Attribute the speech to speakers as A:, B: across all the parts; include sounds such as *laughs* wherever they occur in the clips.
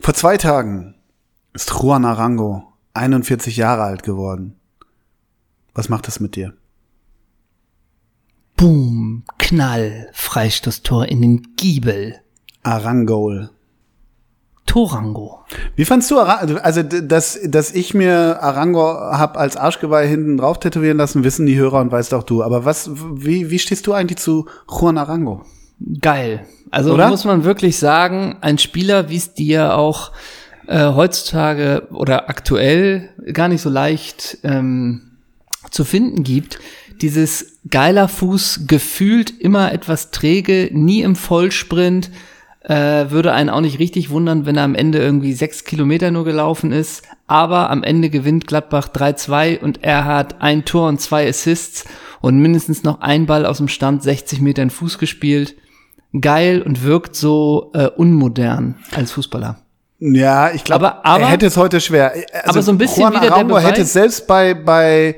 A: Vor zwei Tagen ist Juan Arango 41 Jahre alt geworden. Was macht das mit dir?
B: Boom, Knall, Freistoßtor in den Giebel.
A: Arangol.
B: Torango.
A: Wie fandst du, Ara- also d- dass, dass ich mir Arango hab als Arschgeweih hinten drauf tätowieren lassen, wissen die Hörer und weißt auch du. Aber was, wie, wie stehst du eigentlich zu Juan Arango?
B: Geil. Also
A: Oder?
B: muss man wirklich sagen, ein Spieler, wie es dir auch äh, heutzutage oder aktuell gar nicht so leicht ähm, zu finden gibt, dieses geiler Fuß gefühlt immer etwas träge, nie im Vollsprint, äh, würde einen auch nicht richtig wundern, wenn er am Ende irgendwie sechs Kilometer nur gelaufen ist. Aber am Ende gewinnt Gladbach 3-2 und er hat ein Tor und zwei Assists und mindestens noch ein Ball aus dem Stand 60 Meter in Fuß gespielt. Geil und wirkt so äh, unmodern als Fußballer.
A: Ja, ich glaube,
B: Aber- aber-
A: er hätte es heute schwer. Also,
B: Aber so ein bisschen
A: Juan
B: wieder der
A: Arango
B: Beweis-
A: hätte es selbst bei, bei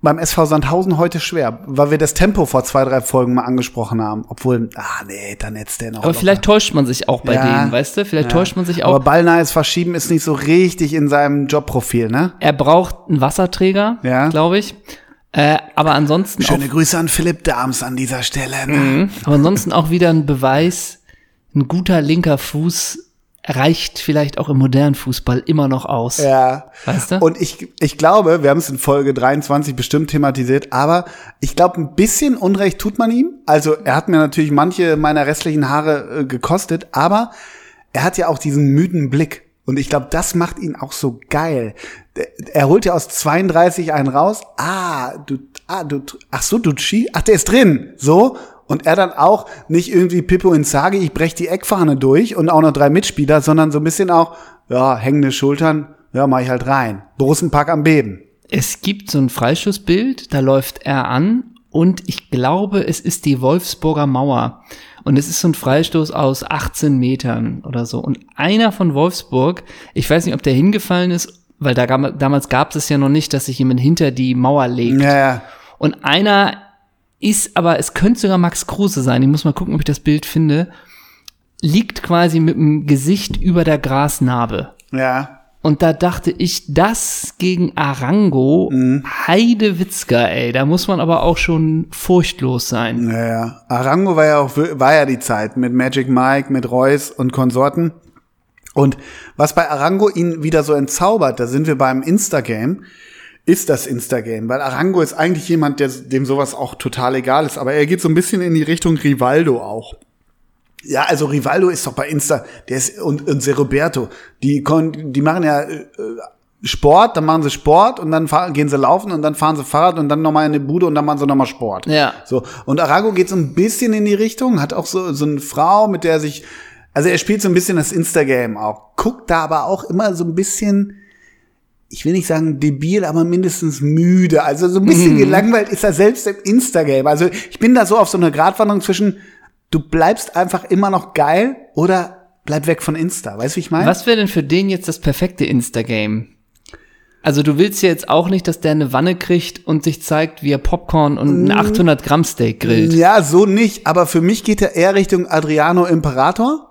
A: beim SV Sandhausen heute schwer, weil wir das Tempo vor zwei, drei Folgen mal angesprochen haben. Obwohl, ah nee, dann hätt's der noch.
B: Aber
A: locker.
B: vielleicht täuscht man sich auch bei
A: Ja.
B: denen, weißt du? Vielleicht täuscht man sich auch.
A: Aber ballnahes Verschieben ist nicht so richtig in seinem Jobprofil, ne?
B: er braucht einen Wasserträger,
A: Ja.
B: glaube ich. Äh, aber ansonsten auch
A: Schöne Grüße an Philipp Dahms an dieser Stelle. Ne?
B: Aber ansonsten auch wieder ein Beweis, ein guter linker Fuß reicht vielleicht auch im modernen Fußball immer noch aus.
A: Ja.
B: Weißt du?
A: Und ich, ich glaube, wir haben es in Folge 23 bestimmt thematisiert, aber ich glaube, ein bisschen Unrecht tut man ihm. Also er hat mir natürlich manche meiner restlichen Haare äh, gekostet, aber er hat ja auch diesen müden Blick. Und ich glaube, das macht ihn auch so geil. Der- Er holt ja aus 32 einen raus. Ah, du, ah, du, ach so, du schießt, ach, der ist drin. So. Und er dann auch nicht irgendwie Pippo in Sage, ich brech die Eckfahne durch und auch noch drei Mitspieler, sondern so ein bisschen auch, ja, hängende Schultern, ja, mach ich halt rein. Borussenpark am Beben.
B: Es gibt so ein Freischussbild, da läuft er an und ich glaube, es ist die Wolfsburger Mauer. Und es ist so ein Freistoß aus 18 Metern oder so. Und einer von Wolfsburg, ich weiß nicht, ob der hingefallen ist, weil da, gab- damals gab es ja noch nicht, dass sich jemand hinter die Mauer legt.
A: Ja, ja.
B: Und einer ist, aber es könnte sogar Max Kruse sein. Ich muss mal gucken, ob ich das Bild finde. Liegt quasi mit dem Gesicht über der Grasnarbe.
A: ja.
B: Und da dachte ich, das gegen Arango,
A: Mhm.
B: Heidewitzka, ey, da muss man aber auch schon furchtlos sein.
A: Ja, ja. Arango war ja auch war ja die Zeit mit Magic Mike, mit Reus und Konsorten. Und was bei Arango ihn wieder so entzaubert, da sind wir beim Instagame, ist das Instagame, weil Arango ist eigentlich jemand, der dem sowas auch total egal ist, aber er geht so ein bisschen in die Richtung Rivaldo auch. Ja, also Rivaldo ist doch bei Insta, der ist und, und Seroberto, die kon, die machen ja äh, Sport, dann machen sie Sport und dann fahr- gehen sie laufen und dann fahren sie Fahrrad und dann nochmal in eine Bude und dann machen sie nochmal Sport.
B: Ja.
A: So. Und Arago geht so ein bisschen in die Richtung, hat auch so, so eine Frau, mit der er sich, also er spielt so ein bisschen das Instagame auch, guckt da aber auch immer so ein bisschen, ich will nicht sagen debil, aber mindestens müde. Also so ein bisschen
B: Mhm.
A: gelangweilt ist er selbst im Instagame. Also ich bin da so auf so einer Gratwanderung zwischen, du bleibst einfach immer noch geil oder bleib weg von Insta. Weißt du, wie ich meine?
B: Was wäre denn für den jetzt das perfekte Instagame? Also du willst ja jetzt auch nicht, dass der eine Wanne kriegt und sich zeigt, wie er Popcorn und ein 800 Gramm Steak grillt.
A: Mhm. Ja, so nicht, aber für mich geht er eher Richtung Adriano Imperator.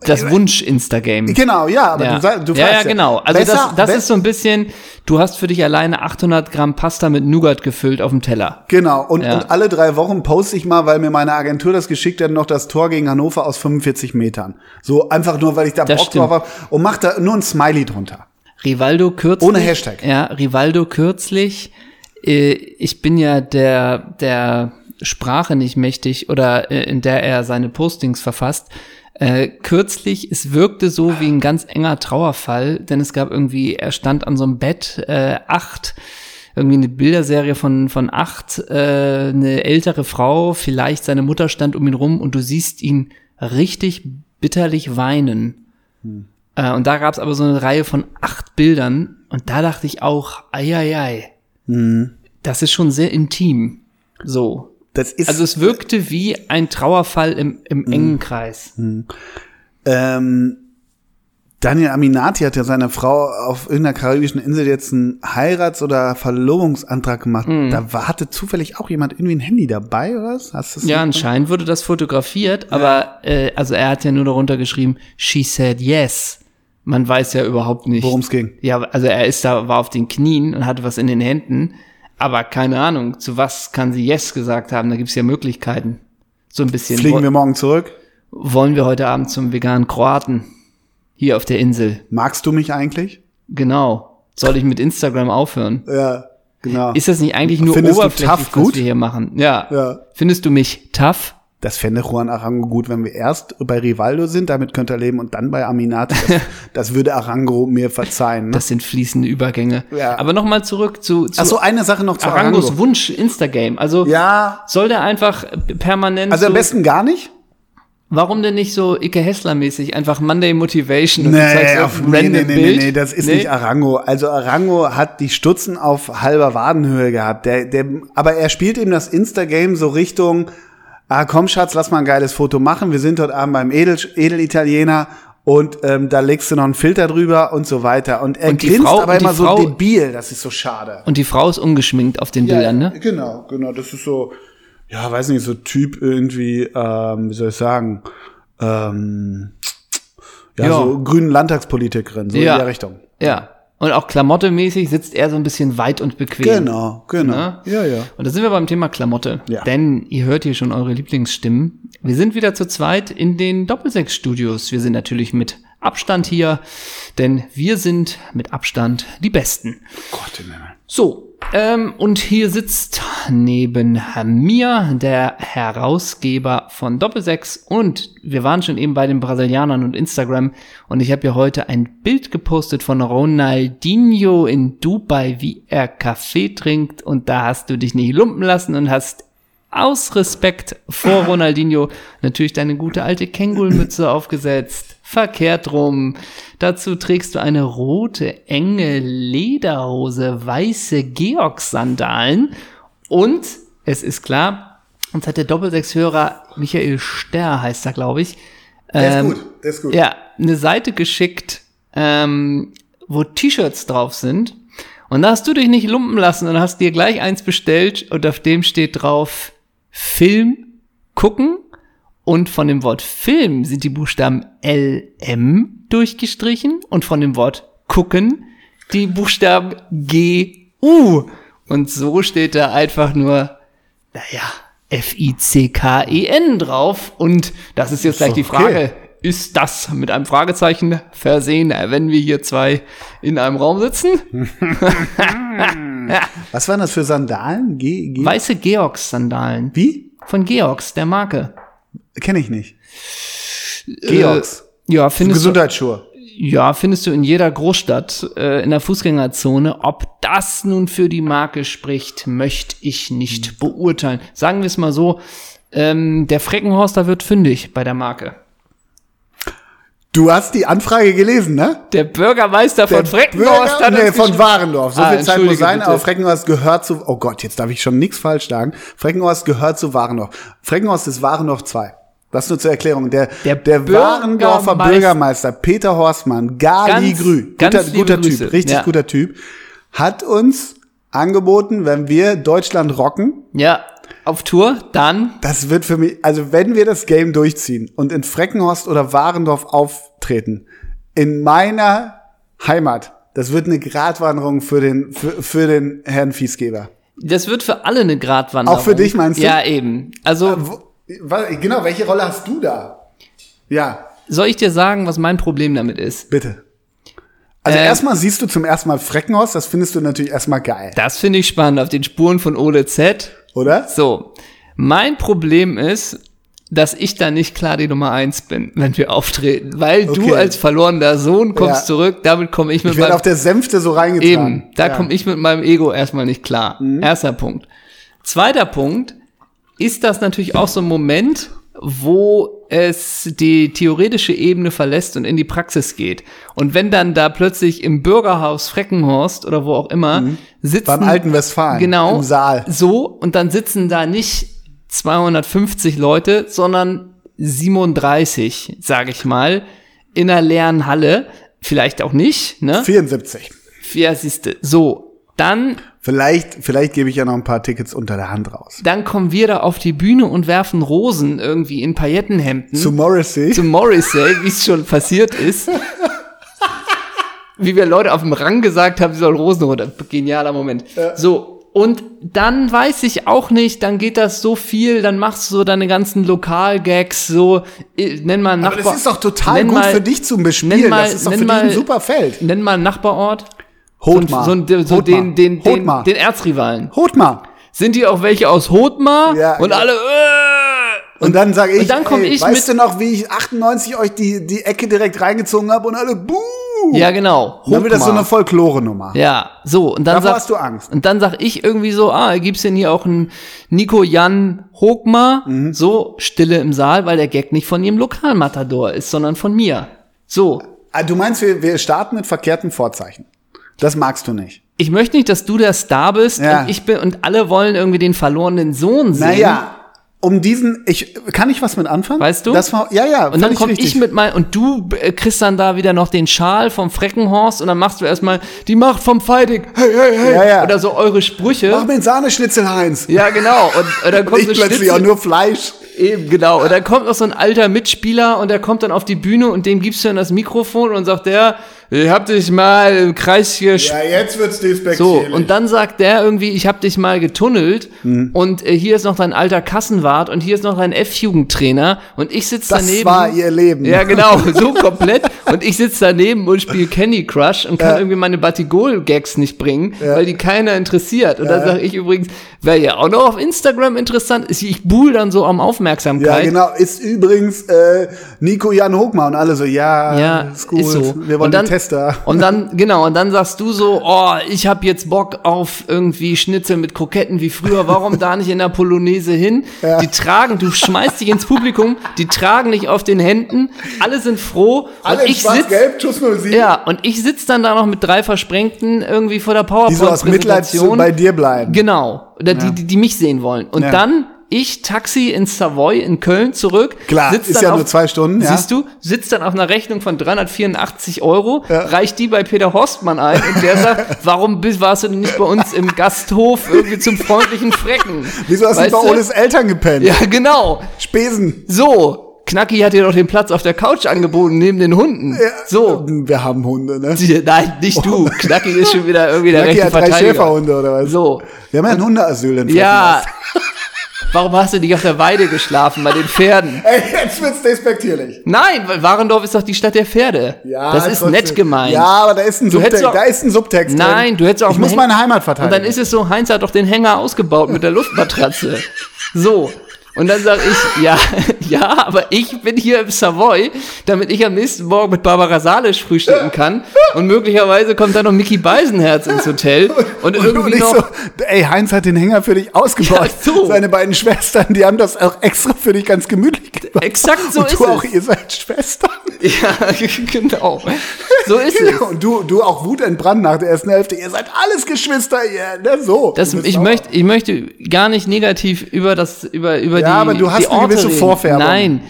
B: Das Wunsch-Instagame.
A: Genau, ja, aber
B: ja.
A: du, sag- du
B: ja,
A: fragst
B: ja, genau. Also
A: Besser-
B: das, das
A: be-
B: ist so ein bisschen, du hast für dich alleine 800 Gramm Pasta mit Nougat gefüllt auf dem Teller.
A: Genau, und,
B: Ja.
A: und alle drei Wochen poste ich mal, weil mir meine Agentur das geschickt hat, noch das Tor gegen Hannover aus 45 Metern. So einfach nur, weil ich da
B: Das
A: Bock
B: stimmt.
A: drauf habe und mach da nur ein Smiley drunter.
B: Rivaldo kürzlich.
A: Ohne Hashtag.
B: Ja, Rivaldo kürzlich. Äh, Ich bin ja der, der Sprache nicht mächtig oder äh, in der er seine Postings verfasst. Äh, kürzlich, es wirkte so wie ein ganz enger Trauerfall, denn es gab irgendwie, er stand an so einem Bett, äh, acht, irgendwie eine Bilderserie von, von acht, äh, eine ältere Frau, vielleicht seine Mutter stand um ihn rum und du siehst ihn richtig bitterlich weinen. Äh, und da gab es aber so eine Reihe von acht Bildern und da dachte ich auch, eieiei, das ist schon sehr intim. So.
A: Das ist
B: Also es wirkte wie ein Trauerfall im, im engen Kreis.
A: ähm, Daniel Aminati hat ja seiner Frau auf irgendeiner karibischen Insel jetzt einen Heirats- oder Verlobungsantrag gemacht.
B: Mhm.
A: Da war, hatte zufällig auch jemand irgendwie ein Handy dabei, oder was? Hast du das
B: Ja,
A: mitbekommen?
B: anscheinend wurde das fotografiert, aber äh, also er hat ja nur darunter geschrieben, she said yes. Man weiß ja überhaupt nicht.
A: Worum es ging.
B: Ja, also er ist da, war auf den Knien und hatte was in den Händen, aber keine Ahnung, zu was kann sie yes gesagt haben. Da gibt's ja Möglichkeiten. So ein bisschen.
A: Fliegen
B: Wo-
A: wir morgen zurück?
B: Wollen wir heute Abend zum veganen Kroaten? Hier auf der Insel.
A: Magst du mich eigentlich?
B: Genau. Soll ich mit Instagram aufhören?
A: Ja, genau.
B: Ist das nicht eigentlich nur
A: Findest du
B: oberflächlich,
A: tough
B: was
A: gut?
B: wir hier machen? Ja.
A: Ja.
B: Findest du mich tough?
A: das fände Juan Arango gut, wenn wir erst bei Rivaldo sind, damit könnte er leben und dann bei Aminati.
B: *laughs*
A: Das, das würde Arango mir verzeihen. Ne?
B: Das sind fließende Übergänge.
A: Ja.
B: Aber nochmal zurück zu, zu
A: Ach so, eine Sache noch zu
B: Arangos
A: Arango.
B: Wunsch Instagame. Also
A: Ja,
B: soll der einfach permanent
A: also am
B: so,
A: besten gar nicht.
B: warum denn nicht so Ike Hessler mäßig einfach Monday Motivation und du
A: Nee,
B: zeigst
A: auf,
B: auf ein
A: nee,
B: random
A: nee, nee, nee,
B: Bild?
A: nee, das ist nicht Arango. Also Arango hat die Stutzen auf halber Wadenhöhe gehabt. Der, der, aber er spielt eben das Insta-Game so Richtung, ah komm Schatz, lass mal ein geiles Foto machen. Wir sind heute Abend beim Edel, Edelitaliener und ähm, da legst du noch einen Filter drüber und so weiter. Und er
B: Und die
A: grinst
B: Frau-
A: aber
B: und die
A: immer
B: Frau-
A: so debil, das ist so schade.
B: Und die Frau ist ungeschminkt auf den Bildern, ne?
A: Genau, genau. Das ist so, ja, weiß nicht, so Typ irgendwie, ähm, wie soll ich sagen, ähm, ja,
B: Ja.
A: so grünen Landtagspolitikerin, so
B: Ja.
A: in der Richtung.
B: Ja. Und auch klamottemäßig sitzt er so ein bisschen weit und bequem.
A: Genau, genau.
B: Ne?
A: Ja, ja.
B: Und da sind wir beim Thema Klamotte.
A: Ja.
B: Denn ihr hört hier schon eure Lieblingsstimmen. Wir sind wieder zu zweit in den Doppelsechs-Studios. Wir sind natürlich mit Abstand hier, denn wir sind mit Abstand die Besten.
A: Gott im Himmel.
B: So, ähm, und hier sitzt neben mir der Herausgeber von Doppelsechs. Und wir waren schon eben bei den Brasilianern und Instagram. Und ich habe hier heute ein Bild gepostet von Ronaldinho in Dubai, wie er Kaffee trinkt. Und da hast du dich nicht lumpen lassen und hast aus Respekt vor Ronaldinho natürlich deine gute alte Kängulmütze aufgesetzt. Verkehrt rum. Dazu trägst du eine rote, enge Lederhose, weiße Georgs-Sandalen und es ist klar, uns hat der Doppelsechshörer Michael Sterr heißt er, glaube ich,
A: Der
B: Ähm,
A: ist gut, der ist gut.
B: ja, eine Seite geschickt, ähm, wo T-Shirts drauf sind. Und da hast du dich nicht lumpen lassen und hast dir gleich eins bestellt und auf dem steht drauf Film gucken. Und von dem Wort Film sind die Buchstaben LM durchgestrichen und von dem Wort gucken die Buchstaben GU. Und so steht da einfach nur, naja, F-I-C-K-E-N E drauf. Und das ist jetzt gleich die
A: okay.
B: Frage, ist das mit einem Fragezeichen versehen, wenn wir hier zwei in einem Raum sitzen?
A: Was waren das für Sandalen? G, G
B: Weiße Georgs-Sandalen.
A: Wie?
B: Von Georgs, der Marke.
A: Kenne ich nicht. Georgs.
B: Äh, ja, findest du,
A: Gesundheitsschuhe.
B: ja, findest du in jeder Großstadt, äh, in der Fußgängerzone. Ob das nun für die Marke spricht, möchte ich
A: Hm.
B: nicht beurteilen. Sagen wir es mal so, ähm, der Freckenhorster wird fündig bei der Marke.
A: Du hast die Anfrage gelesen, ne?
B: Der Bürgermeister von Freckenhorst hat
A: Bürger- nee,
B: uns
A: von
B: gesch-
A: Warendorf. So
B: Ah,
A: viel Zeit muss
B: entschuldige
A: sein,
B: bitte.
A: aber Freckenhorst gehört zu. Oh Gott, jetzt darf ich schon nichts falsch sagen. Freckenhorst gehört zu Warendorf. Freckenhorst ist Warendorf 2. Das nur zur Erklärung. Der,
B: Der
A: der, Warendorfer
B: Bürgermeister-
A: Bürgermeister Peter Horstmann, Gali
B: Ganz-
A: Grü,
B: ganz
A: guter,
B: liebe
A: guter
B: Grüße.
A: Typ, richtig
B: Ja.
A: guter Typ, hat uns angeboten, wenn wir Deutschland rocken,
B: Ja, auf Tour, dann
A: Das wird für mich, also wenn wir das Game durchziehen und in Freckenhorst oder Warendorf auftreten, in meiner Heimat, das wird eine Gratwanderung für den, für, für den Herrn Fiesgeber.
B: Das wird für alle eine Gratwanderung.
A: Auch für dich, meinst du? Ah.
B: Ja, eben. Also
A: Wo, wa- genau, welche Rolle hast du da? Ja,
B: soll ich dir sagen, was mein Problem damit ist?
A: bitte. Also
B: Ähm.
A: erstmal siehst du zum ersten Mal Freckenhorst, das findest du natürlich erstmal geil,
B: Das finde ich spannend auf den Spuren von Ole Z.
A: oder?
B: So, mein Problem ist, dass ich da nicht klar die Nummer eins bin, wenn wir auftreten, weil
A: Okay.
B: du als verlorener Sohn kommst
A: Ja.
B: zurück, damit komme ich mit
A: Ich werde auf
B: meinem
A: der Sänfte so reingetragen.
B: eben, da
A: ja. Mhm.
B: komme ich mit meinem Ego erstmal nicht klar. Erster Punkt. Zweiter Punkt ist das natürlich auch so ein Moment, wo es die theoretische Ebene verlässt und in die Praxis geht. Und wenn dann da plötzlich im Bürgerhaus Freckenhorst oder wo auch immer sitzen
A: Mhm. Beim alten Westfalen.
B: genau
A: Im Saal.
B: so und dann sitzen da nicht 250 Leute, sondern 37, sage ich mal, in einer leeren Halle. vielleicht auch nicht, ne?
A: 74.
B: Ja, siehste. So, dann,
A: Vielleicht, vielleicht gebe ich ja noch ein paar Tickets unter der Hand raus.
B: dann kommen wir da auf die Bühne und werfen Rosen irgendwie in Paillettenhemden
A: Mhm. Zu Morrissey.
B: zu Morrissey, wie es schon passiert ist. wie wir Leute auf dem Rang gesagt haben, sie sollen Rosen runter. Genialer Moment. So. Und dann weiß ich auch nicht, dann geht das so viel, dann machst du so deine ganzen Lokalgags, so, äh, nenn mal einen
A: Aber
B: Nachbar.
A: das ist doch total
B: nenn
A: gut
B: mal-
A: für dich zum Bespielen.
B: mal-
A: das ist doch
B: nenn
A: für
B: mal-
A: dich ein super Feld.
B: Nenn mal einen Nachbarort.
A: Hothmar.
B: So, ein- so, ein- so
A: Hothmar.
B: den, den, den,
A: Hothmar.
B: den Erzrivalen.
A: Hothmar.
B: Sind die auch welche aus Hothmar?
A: Ja,
B: und
A: ja.
B: alle, äh,
A: Und, dann sage ich,
B: und dann komm
A: ey,
B: ich
A: weißt
B: mit-
A: du noch, wie ich 98 euch die, die Ecke direkt reingezogen habe und alle buh.
B: ja, genau.
A: Dann wird das so
B: Hothmar.
A: eine Folklore-Nummer.
B: Ja, so, und dann
A: Davor
B: sag,
A: hast du Angst.
B: Und dann sag ich irgendwie so, ah, gibt's denn hier auch einen Nico Jan Hogmar?
A: Mhm.
B: So, Stille im Saal, weil der Gag nicht von ihrem Lokalmatador ist, sondern von mir. So,
A: Ah, Du meinst, wir, wir starten mit verkehrten Vorzeichen. Das magst du nicht.
B: ich möchte nicht, dass du der Star bist
A: Ja.
B: und ich bin, und alle wollen irgendwie den verlorenen Sohn sehen.
A: Naja, um diesen, ich, kann ich was mit anfangen?
B: Weißt du?
A: Das war, ja, ja.
B: Und
A: fand
B: dann komm ich,
A: richtig.
B: mit mein, und du äh, kriegst dann da wieder noch den Schal vom Freckenhorst und dann machst du erstmal die Macht vom Feidig, hey, hey, hey,
A: Ja, ja.
B: oder so eure Sprüche.
A: Mach mir einen Sahneschnitzel, Heinz.
B: ja, genau. Und, und dann
A: *laughs*
B: kommt
A: ich
B: so
A: plötzlich
B: Schnitzel-
A: auch nur Fleisch.
B: Eben, genau. Und dann kommt noch so ein alter Mitspieler und der kommt dann auf die Bühne und dem gibst du dann das Mikrofon und sagt der, ich hab dich mal im Kreis hier
A: Ja, jetzt wird's
B: so.
A: despektierlich.
B: Und dann sagt der irgendwie, ich hab dich mal getunnelt
A: Mhm.
B: und äh, hier ist noch dein alter Kassenwart und hier ist noch dein F-Jugendtrainer und ich sitze
A: das
B: daneben.
A: war ihr Leben. *laughs*
B: Ja, genau, so komplett. Und ich sitze daneben und spiele Candy Crush und kann irgendwie meine Batigol-Gags nicht bringen, weil die keiner interessiert. Und dann sage ich übrigens, wäre ja auch noch auf Instagram interessant ist, ich buhl dann so um
A: Ja,
B: Aufmerksamkeit.
A: genau. Ist übrigens äh, Nico Jan Hogmar und alle so, ja,
B: Ja,
A: ist gut.
B: ist so.
A: Wir wollen
B: und dann,
A: die Tester.
B: Und dann, genau, und dann sagst du so, oh, ich habe jetzt Bock auf irgendwie Schnitzel mit Kroketten wie früher, warum da nicht in der Polonaise hin? Die tragen, du schmeißt dich ins Publikum, die tragen dich auf den Händen, alle sind froh
A: Alle
B: und
A: in
B: ich sitze
A: schwarz-gelb, Schuss 07.
B: Ja, und ich sitz dann da noch mit drei Versprengten irgendwie vor der
A: Die so aus Mitleid zu,
B: PowerPoint-Präsentation.
A: bei dir bleiben.
B: Genau. Oder die, die, die mich sehen wollen. Und
A: Ja.
B: dann ich Taxi in Savoy in Köln zurück.
A: Klar,
B: sitz
A: ist
B: dann
A: ja nur zwei Stunden, ja.
B: Siehst du, sitzt dann auf einer Rechnung von 384 Euro, reicht die bei Peter Horstmann ein und
A: *laughs*
B: der sagt, warum bist, warst du denn nicht bei uns im Gasthof irgendwie zum freundlichen Frecken?
A: Wieso hast du
B: Weißt
A: nicht bei Oles Eltern gepennt?
B: Ja, genau.
A: Spesen.
B: So, Knacki hat dir doch den Platz auf der Couch angeboten, neben den Hunden. So.
A: Wir haben Hunde, ne?
B: Sie- *laughs* Nein, nicht du. Knacki ist schon wieder irgendwie der
A: Lucky
B: rechte
A: Oh. hat drei
B: Verteidiger.
A: Schäferhunde oder was?
B: So.
A: Wir haben ja ein Hundeasyl in
B: Ja. *laughs* Warum hast du nicht auf der Weide geschlafen bei den Pferden?
A: Pfeffenhaus. Ey, jetzt wird's despektierlich.
B: Nein, weil Warendorf ist doch die Stadt der Pferde. das ist
A: trotzdem.
B: nett gemeint.
A: Ja, aber da ist ein
B: Du hättest
A: Subtext.
B: auch-
A: Da ist ein Subtext.
B: Nein,
A: drin.
B: du hättest auch
A: Ich muss
B: einen-
A: meine Heimat verteidigen.
B: Und dann ist es so, Heinz hat doch den Hänger ausgebaut mit der Luftmatratze. So. Und dann sage ich, ja, *laughs* ja, aber ich bin hier im Savoy, damit ich am nächsten Morgen mit Barbara Salisch frühstücken kann. Und möglicherweise kommt dann noch Mickey Beisenherz
A: *laughs*
B: ins Hotel. Und irgendwie
A: ich
B: noch,
A: so, ey, Heinz hat den Hänger für dich ausgebaut.
B: Ja, so.
A: Seine beiden Schwestern, die haben das auch extra für dich ganz gemütlich gemacht.
B: exakt so
A: und
B: ist
A: du auch,
B: es.
A: ihr seid Schwestern. Genau,
B: Ja, *laughs* genau. So ist es.
A: Und du, du auch wutentbrannt nach der ersten Hälfte. Ihr seid alles Geschwister, ihr, ne, so.
B: Das,
A: Du bist
B: ich,
A: sauer.
B: möchte, ich möchte gar nicht negativ über das, über, über
A: Ja,
B: die.
A: aber du hast
B: die
A: eine
B: Orte
A: gewisse
B: reden.
A: Vorfärbung.
B: Nein.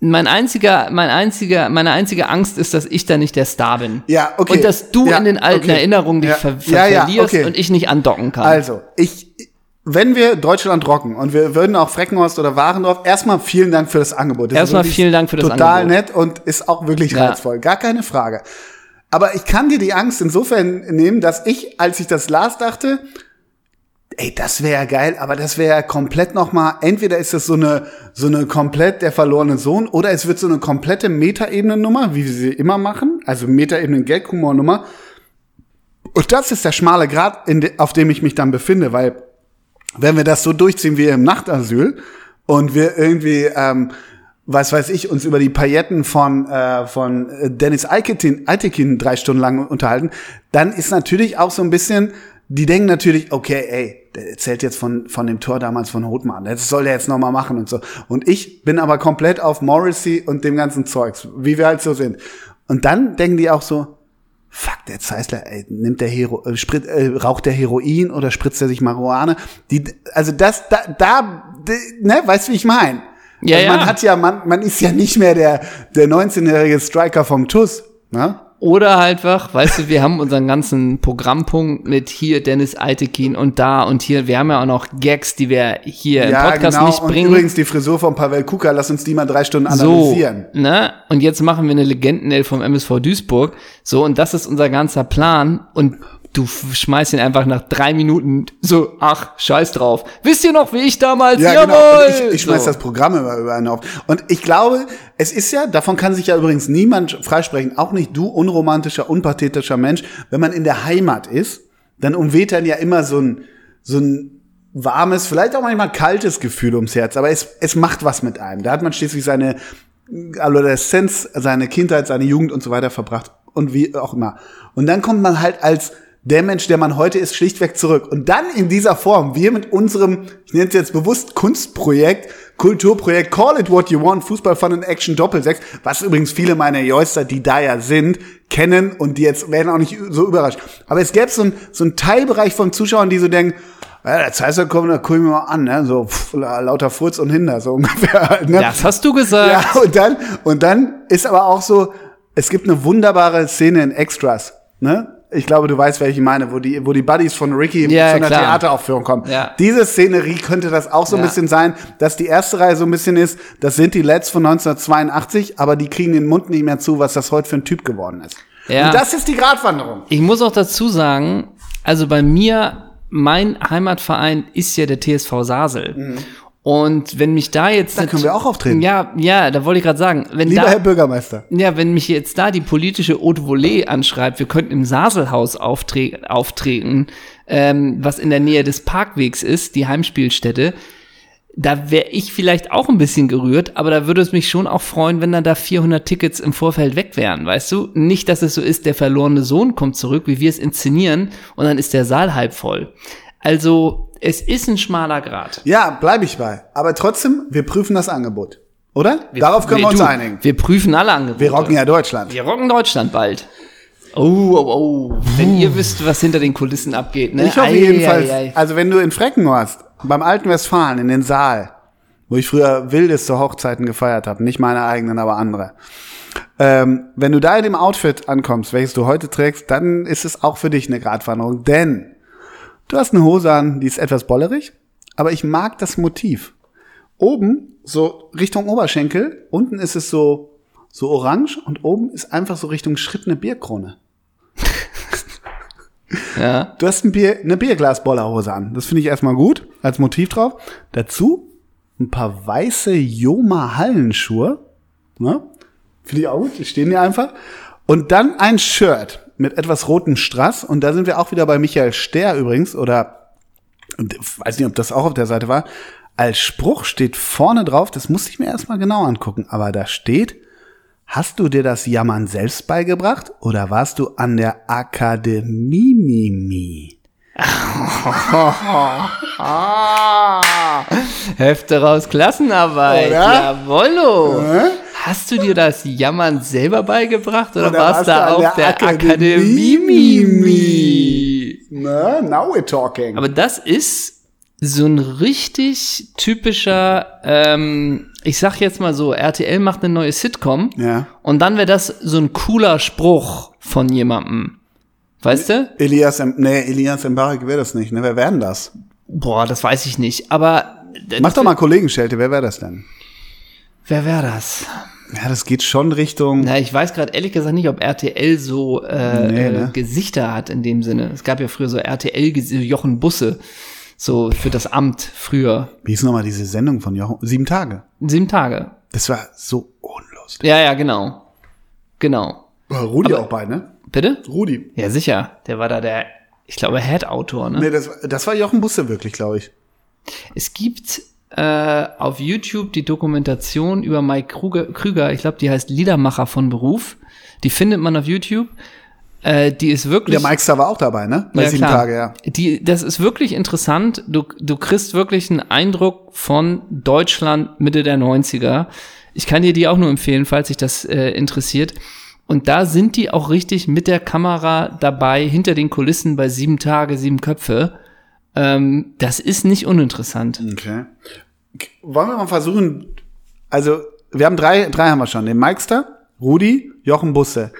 B: Mein einziger, mein einziger, meine einzige Angst ist, dass ich da nicht der Star bin.
A: Ja, okay.
B: Und dass du
A: Ja,
B: in den alten
A: okay.
B: Erinnerungen dich
A: Ja.
B: ver ver
A: Ja, ja,
B: verlierst
A: okay.
B: und ich nicht andocken kann.
A: Also, ich, wenn wir Deutschland rocken und wir würden auch Freckenhorst oder Warendorf, erstmal vielen Dank für das Angebot. Das ist
B: Erstmal
A: wirklich
B: vielen Dank für das
A: total
B: Angebot.
A: nett und ist auch wirklich
B: Ja.
A: reizvoll. Gar keine Frage. Aber ich kann dir die Angst insofern nehmen, dass ich, als ich das las, dachte, ey, das wäre ja geil, aber das wäre ja komplett nochmal, entweder ist das so eine, so eine komplett der verlorene Sohn oder es wird so eine komplette Metaebenen-Nummer, wie sie immer machen, also Metaebenen-Gag-Humor-Nummer, und das ist der schmale Grad, in de auf dem ich mich dann befinde, weil wenn wir das so durchziehen wie im Nachtasyl und wir irgendwie, ähm, was weiß ich, uns über die Pailletten von, äh, von äh, Dennis Altekin, Altekin drei Stunden lang unterhalten, dann ist natürlich auch so ein bisschen, die denken natürlich, okay, ey, der erzählt jetzt von, von dem Tor damals von Hotman, das soll der jetzt nochmal machen und so. Und ich bin aber komplett auf Morrissey und dem ganzen Zeugs, wie wir halt so sind. Und dann denken die auch so, Fuck, der Zeissler, ey, nimmt der Hero, äh, Sprit, äh, raucht der Heroin oder spritzt er sich Marihuana? Die, also das, da, da de- ne, weißt du, wie ich meine?
B: Ja,
A: also man
B: ja.
A: hat ja, man, man ist ja nicht mehr der, der 19-jährige Striker vom TUS, ne?
B: Oder halt einfach, weißt du, wir haben unseren ganzen Programmpunkt mit hier Dennis Altekin und da und hier. Wir haben ja auch noch Gags, die wir hier im Podcast nicht
A: genau. und
B: bringen.
A: übrigens die Frisur von Pavel Kuka, lass uns die mal drei Stunden analysieren.
B: So, ne? Und jetzt machen wir eine Legendenelf vom MSV Duisburg. So, und das ist unser ganzer Plan. Und du f- schmeißt ihn einfach nach drei Minuten so, ach, scheiß drauf. Wisst ihr noch, wie ich damals?
A: Ja,
B: Jawohl!
A: genau. Und ich, ich schmeiß
B: so.
A: das Programm immer über einen auf. Und ich glaube, es ist ja, davon kann sich ja übrigens niemand freisprechen, auch nicht du, unromantischer, unpathetischer Mensch. Wenn man in der Heimat ist, dann umweht dann ja immer so ein, so ein warmes, vielleicht auch manchmal kaltes Gefühl ums Herz. Aber es, es macht was mit einem. Da hat man schließlich seine Adoleszenz, also seine Kindheit, seine Jugend und so weiter verbracht. Und wie auch immer. Und dann kommt man halt als der Mensch, der man heute ist, schlichtweg zurück. Und dann in dieser Form, wir mit unserem, ich nenne es jetzt bewusst Kunstprojekt, Kulturprojekt, Call It What You Want, Fußball Fun and Action Doppelsechs, was übrigens viele meiner Joister, die da ja sind, kennen und die jetzt werden auch nicht so überrascht. Aber es gäbe so einen so einen Teilbereich von Zuschauern, die so denken, ja, der Zeiser kommt, da guck ich mir mal an, ne? So pff, la- lauter Furz und Hinder, so *laughs* ungefähr. halt, Ne?
B: Das hast du gesagt.
A: Ja, und dann, und dann ist aber auch so, es gibt eine wunderbare Szene in Extras, ne? Ich glaube, du weißt, welche ich meine, wo die, wo die Buddies von Ricky
B: Ja,
A: zu einer
B: klar.
A: Theateraufführung kommen.
B: Ja.
A: Diese Szenerie könnte das auch so ein
B: Ja.
A: bisschen sein, dass die erste Reihe so ein bisschen ist, das sind die Leds von 1982, aber die kriegen den Mund nicht mehr zu, was das heute für ein Typ geworden ist.
B: Ja.
A: Und das ist die Gratwanderung.
B: Ich muss auch dazu sagen, also bei mir, mein Heimatverein ist ja der TSV Sasel. Und wenn mich da jetzt.
A: Mhm. Da können wir auch auftreten.
B: Ja, ja, da wollte ich gerade sagen. Wenn
A: Lieber
B: da,
A: Herr Bürgermeister.
B: ja, wenn mich jetzt da die politische Haute Volée anschreibt, wir könnten im Saselhaus auftre auftreten, ähm, was in der Nähe des Parkwegs ist, die Heimspielstätte, da wäre ich vielleicht auch ein bisschen gerührt, aber da würde es mich schon auch freuen, wenn dann da 400 Tickets im Vorfeld weg wären, weißt du? Nicht, dass es so ist, der verlorene Sohn kommt zurück, wie wir es inszenieren, und dann ist der Saal halb voll. Also, es ist ein schmaler Grad.
A: Ja, bleibe ich bei. Aber trotzdem, wir prüfen das Angebot. Oder? Darauf können wir
B: Nee,
A: uns
B: du,
A: einigen.
B: Wir prüfen alle Angebote.
A: Wir rocken ja Deutschland.
B: Wir rocken Deutschland bald. Oh, oh, oh. Wenn ihr wisst, was hinter den Kulissen abgeht, ne?
A: Ich hoffe
B: Ei,
A: jedenfalls,
B: ei, ei.
A: also wenn du in Frecken warst, beim alten Westfalen, in den Saal, wo ich früher wildeste Hochzeiten gefeiert habe, nicht meine eigenen, aber andere. Ähm, wenn du da in dem Outfit ankommst, welches du heute trägst, dann ist es auch für dich eine Gratwanderung, denn du hast eine Hose an, die ist etwas bollerig, aber ich mag das Motiv. Oben, so Richtung Oberschenkel, unten ist es so, so orange und oben ist einfach so Richtung Schritt eine Bierkrone.
B: Ja.
A: Du hast ein Bier, eine Bierglasbollerhose an. Das finde ich erstmal gut, als Motiv drauf. Dazu ein paar weiße Joma-Hallenschuhe. Ne? Finde ich auch gut, die stehen dir einfach. Und dann ein Shirt mit etwas rotem Strass. Und da sind wir auch wieder bei Michael Ster übrigens. Oder und ich weiß nicht, ob das auch auf der Seite war. Als Spruch steht vorne drauf, das musste ich mir erstmal genau angucken, aber da steht, hast du dir das Jammern selbst beigebracht oder warst du an der Akademie Mimi?
B: Hefte raus, Klassenarbeit.
A: Oder?
B: Jawollo. Hast du dir das Jammern selber beigebracht oder, warst da
A: an
B: auch der, Akademie? Mimi?
A: Ne? Now we're talking.
B: Aber das ist so ein richtig typischer, ähm, ich sag jetzt mal so, RTL macht eine neue Sitcom.
A: ja.
B: Und dann wäre das so ein cooler Spruch von jemandem. Weißt du?
A: Elias, Em- nee, Elias Mbarek wäre das nicht, ne? Wer wäre denn das?
B: Boah, das weiß ich nicht. Aber d-
A: Mach doch mal Kollegenschelte, wer wäre das denn?
B: wer wäre das?
A: Ja, das geht schon Richtung.
B: Na, ich weiß gerade ehrlich gesagt nicht, ob RTL so äh,
A: Nee,
B: äh,
A: ne?
B: Gesichter hat in dem Sinne. Es gab ja früher so RTL, Ges- äh, Jochen Busse, so für das Amt früher.
A: Wie hieß nochmal diese Sendung von Jochen? Sieben Tage.
B: Sieben Tage.
A: Das war so unlustig.
B: Ja, ja, genau. Genau.
A: War Rudi auch bei, ne?
B: Bitte?
A: Rudi.
B: Ja, sicher. Der war da der, ich glaube, Head-Autor, ne?
A: Nee, das, das war Jochen Busse wirklich, glaube ich.
B: Es gibt äh, auf YouTube die Dokumentation über Mike Krüger, Krüger ich glaube, die heißt Liedermacher von Beruf. Die findet man auf YouTube. Äh, die ist wirklich.
A: Der Mike Star war auch dabei, ne? Bei
B: Ja,
A: sieben
B: klar.
A: Tage, ja.
B: Die, das ist wirklich interessant. Du, du kriegst wirklich einen Eindruck von Deutschland Mitte der 90er. Ich kann dir die auch nur empfehlen, falls dich das äh, interessiert. Und da sind die auch richtig mit der Kamera dabei, hinter den Kulissen bei sieben Tage, sieben Köpfe. Ähm, das ist nicht uninteressant.
A: Okay. K- Wollen wir mal versuchen, also wir haben drei, drei haben wir schon, den Mikester, Rudi, Jochen Busse.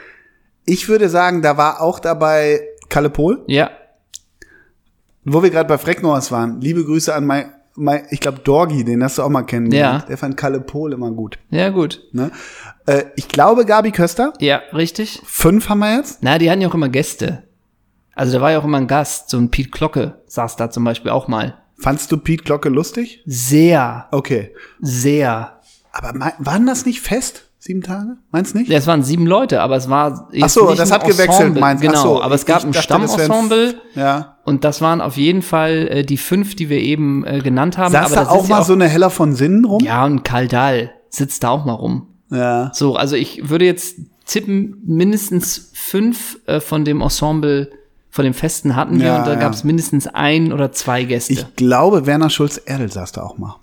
A: Ich würde sagen, da war auch dabei Kalle Pohl.
B: Ja.
A: Wo wir gerade bei Frecknoas waren, liebe Grüße an mein, mein ich glaube, Dorgi, den hast du auch mal kennengelernt.
B: Ja.
A: Der fand Kalle Pohl immer gut.
B: Ja, gut.
A: Ne? Äh, ich glaube, Gabi Köster.
B: Ja, richtig.
A: Fünf haben wir jetzt.
B: Na, die hatten ja auch immer Gäste. Also da war ja auch immer ein Gast. So ein Piet Glocke saß da zum Beispiel auch mal.
A: Fandst du Pete Glocke lustig?
B: Sehr,
A: Okay.
B: sehr.
A: Aber mei- waren das nicht fest? Sieben Tage? Meinst nicht?
B: Ja, es waren sieben Leute, aber es war. jetzt
A: Ach so,
B: nicht
A: das
B: ein
A: hat gewechselt,
B: Ensemble.
A: meinst
B: Genau,
A: Ach so,
B: aber es
A: ich-
B: gab
A: ich
B: ein
A: dachte, das wären-
B: Stammensemble.
A: Ja.
B: Und das waren auf jeden Fall äh, die fünf, die wir eben äh, genannt haben.
A: Saß
B: aber
A: da
B: das
A: auch mal so eine Heller von Sinnen rum?
B: Ja, und Karl Dahl sitzt da auch mal rum.
A: ja.
B: So, also ich würde jetzt tippen, mindestens fünf äh, von dem Ensemble, von dem Festen hatten wir
A: Ja,
B: und da
A: ja.
B: gab es mindestens ein oder zwei Gäste.
A: Ich glaube, Werner Schulz-Erdl saß da auch mal.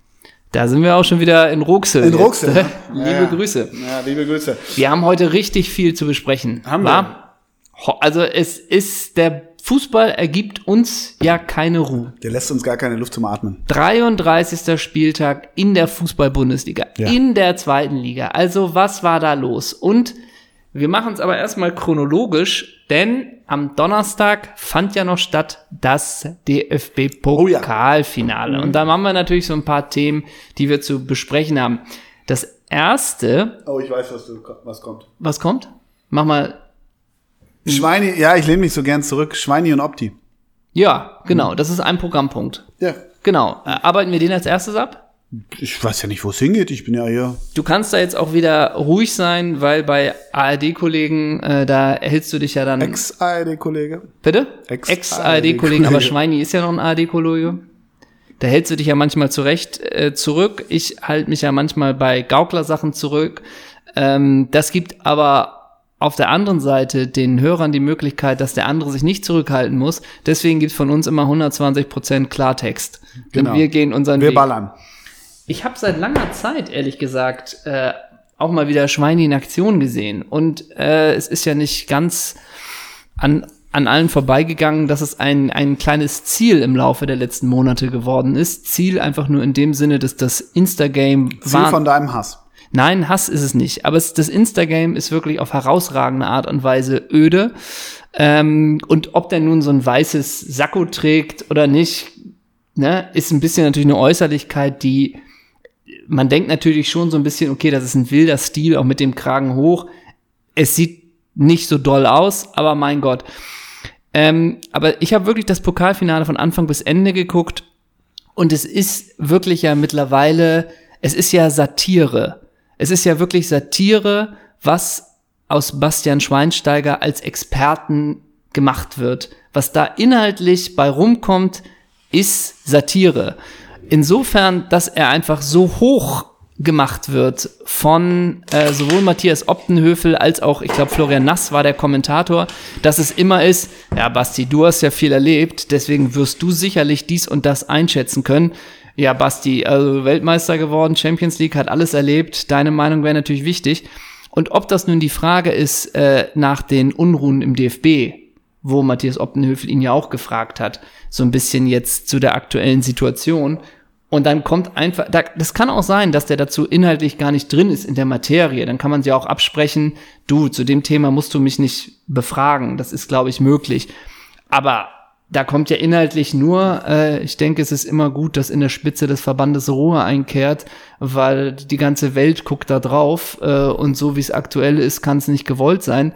B: da sind wir auch schon wieder in Ruxel.
A: In
B: jetzt.
A: Ruxel, ne?
B: *laughs*
A: *laughs*
B: Liebe
A: Ja, ja.
B: Grüße.
A: Ja, liebe Grüße.
B: Wir haben heute richtig viel zu besprechen.
A: Haben
B: wir. Also es ist, der Fußball ergibt uns ja keine Ruhe.
A: Der lässt uns gar keine Luft zum Atmen.
B: 33. Spieltag in der Fußball-Bundesliga,
A: Ja.
B: in der zweiten Liga. Also was war da los? Und wir machen es aber erstmal chronologisch, denn am Donnerstag fand ja noch statt das
A: Oh
B: DFB-Pokalfinale. Und da haben wir natürlich so ein paar Themen, die wir zu besprechen haben. Das erste,
A: Oh, ich weiß, was, du, was kommt.
B: was kommt? Mach mal
A: Mhm. Schweini, ja, ich lehne mich so gern zurück. Schweini und Opti.
B: Ja, genau, das ist ein Programmpunkt.
A: Ja.
B: Genau. Äh, Arbeiten wir den als erstes ab?
A: Ich weiß ja nicht, wo es hingeht. Ich bin ja hier.
B: Du kannst da jetzt auch wieder ruhig sein, weil bei ARD-Kollegen, äh, da erhältst du dich ja dann.
A: Ex-ARD-Kollege.
B: bitte?
A: Ex-
B: Ex-ARD-Kollegen, aber
A: ARD-Kollege.
B: Schweini ist ja noch ein ARD-Kollege. Da hältst du dich ja manchmal zurecht äh, zurück. Ich halte mich ja manchmal bei Gaukler-Sachen zurück. Ähm, das gibt aber auf der anderen Seite den Hörern die Möglichkeit, dass der andere sich nicht zurückhalten muss. Deswegen gibt von uns immer 120% Klartext.
A: Genau.
B: Denn wir gehen unseren
A: Wir
B: Weg.
A: ballern.
B: Ich habe seit langer Zeit, ehrlich gesagt, äh, auch mal wieder Schweini in Aktion gesehen. Und äh, es ist ja nicht ganz an, an allen vorbeigegangen, dass es ein, ein kleines Ziel im Laufe der letzten Monate geworden ist. Ziel einfach nur in dem Sinne, dass das Instagame
A: Ziel von deinem Hass.
B: Nein, Hass ist es nicht. Aber es, das Instagame ist wirklich auf herausragende Art und Weise öde. Ähm, und ob der nun so ein weißes Sakko trägt oder nicht, ne, ist ein bisschen natürlich eine Äußerlichkeit, die man denkt natürlich schon so ein bisschen, okay, das ist ein wilder Stil, auch mit dem Kragen hoch. Es sieht nicht so doll aus, aber mein Gott. Ähm, aber ich habe wirklich das Pokalfinale von Anfang bis Ende geguckt und es ist wirklich ja mittlerweile, es ist ja Satire. Es ist ja wirklich Satire, was aus Bastian Schweinsteiger als Experten gemacht wird. Was da inhaltlich bei rumkommt, ist Satire. Insofern, dass er einfach so hoch gemacht wird von äh, sowohl Matthias Optenhöfel als auch, ich glaube, Florian Nass war der Kommentator, dass es immer ist, ja, Basti, du hast ja viel erlebt, deswegen wirst du sicherlich dies und das einschätzen können. Ja, Basti, also Weltmeister geworden, Champions League, hat alles erlebt, deine Meinung wäre natürlich wichtig. Und ob das nun die Frage ist äh, nach den Unruhen im DFB, wo Matthias Optenhöfel ihn ja auch gefragt hat, so ein bisschen jetzt zu der aktuellen Situation. Und dann kommt einfach, da, das kann auch sein, dass der dazu inhaltlich gar nicht drin ist in der Materie. Dann kann man sie auch absprechen, du, zu dem Thema musst du mich nicht befragen. Das ist, glaube ich, möglich. Aber da kommt ja inhaltlich nur, äh, ich denke, es ist immer gut, dass in der Spitze des Verbandes Ruhe einkehrt, weil die ganze Welt guckt da drauf äh, und so wie es aktuell ist, kann es nicht gewollt sein.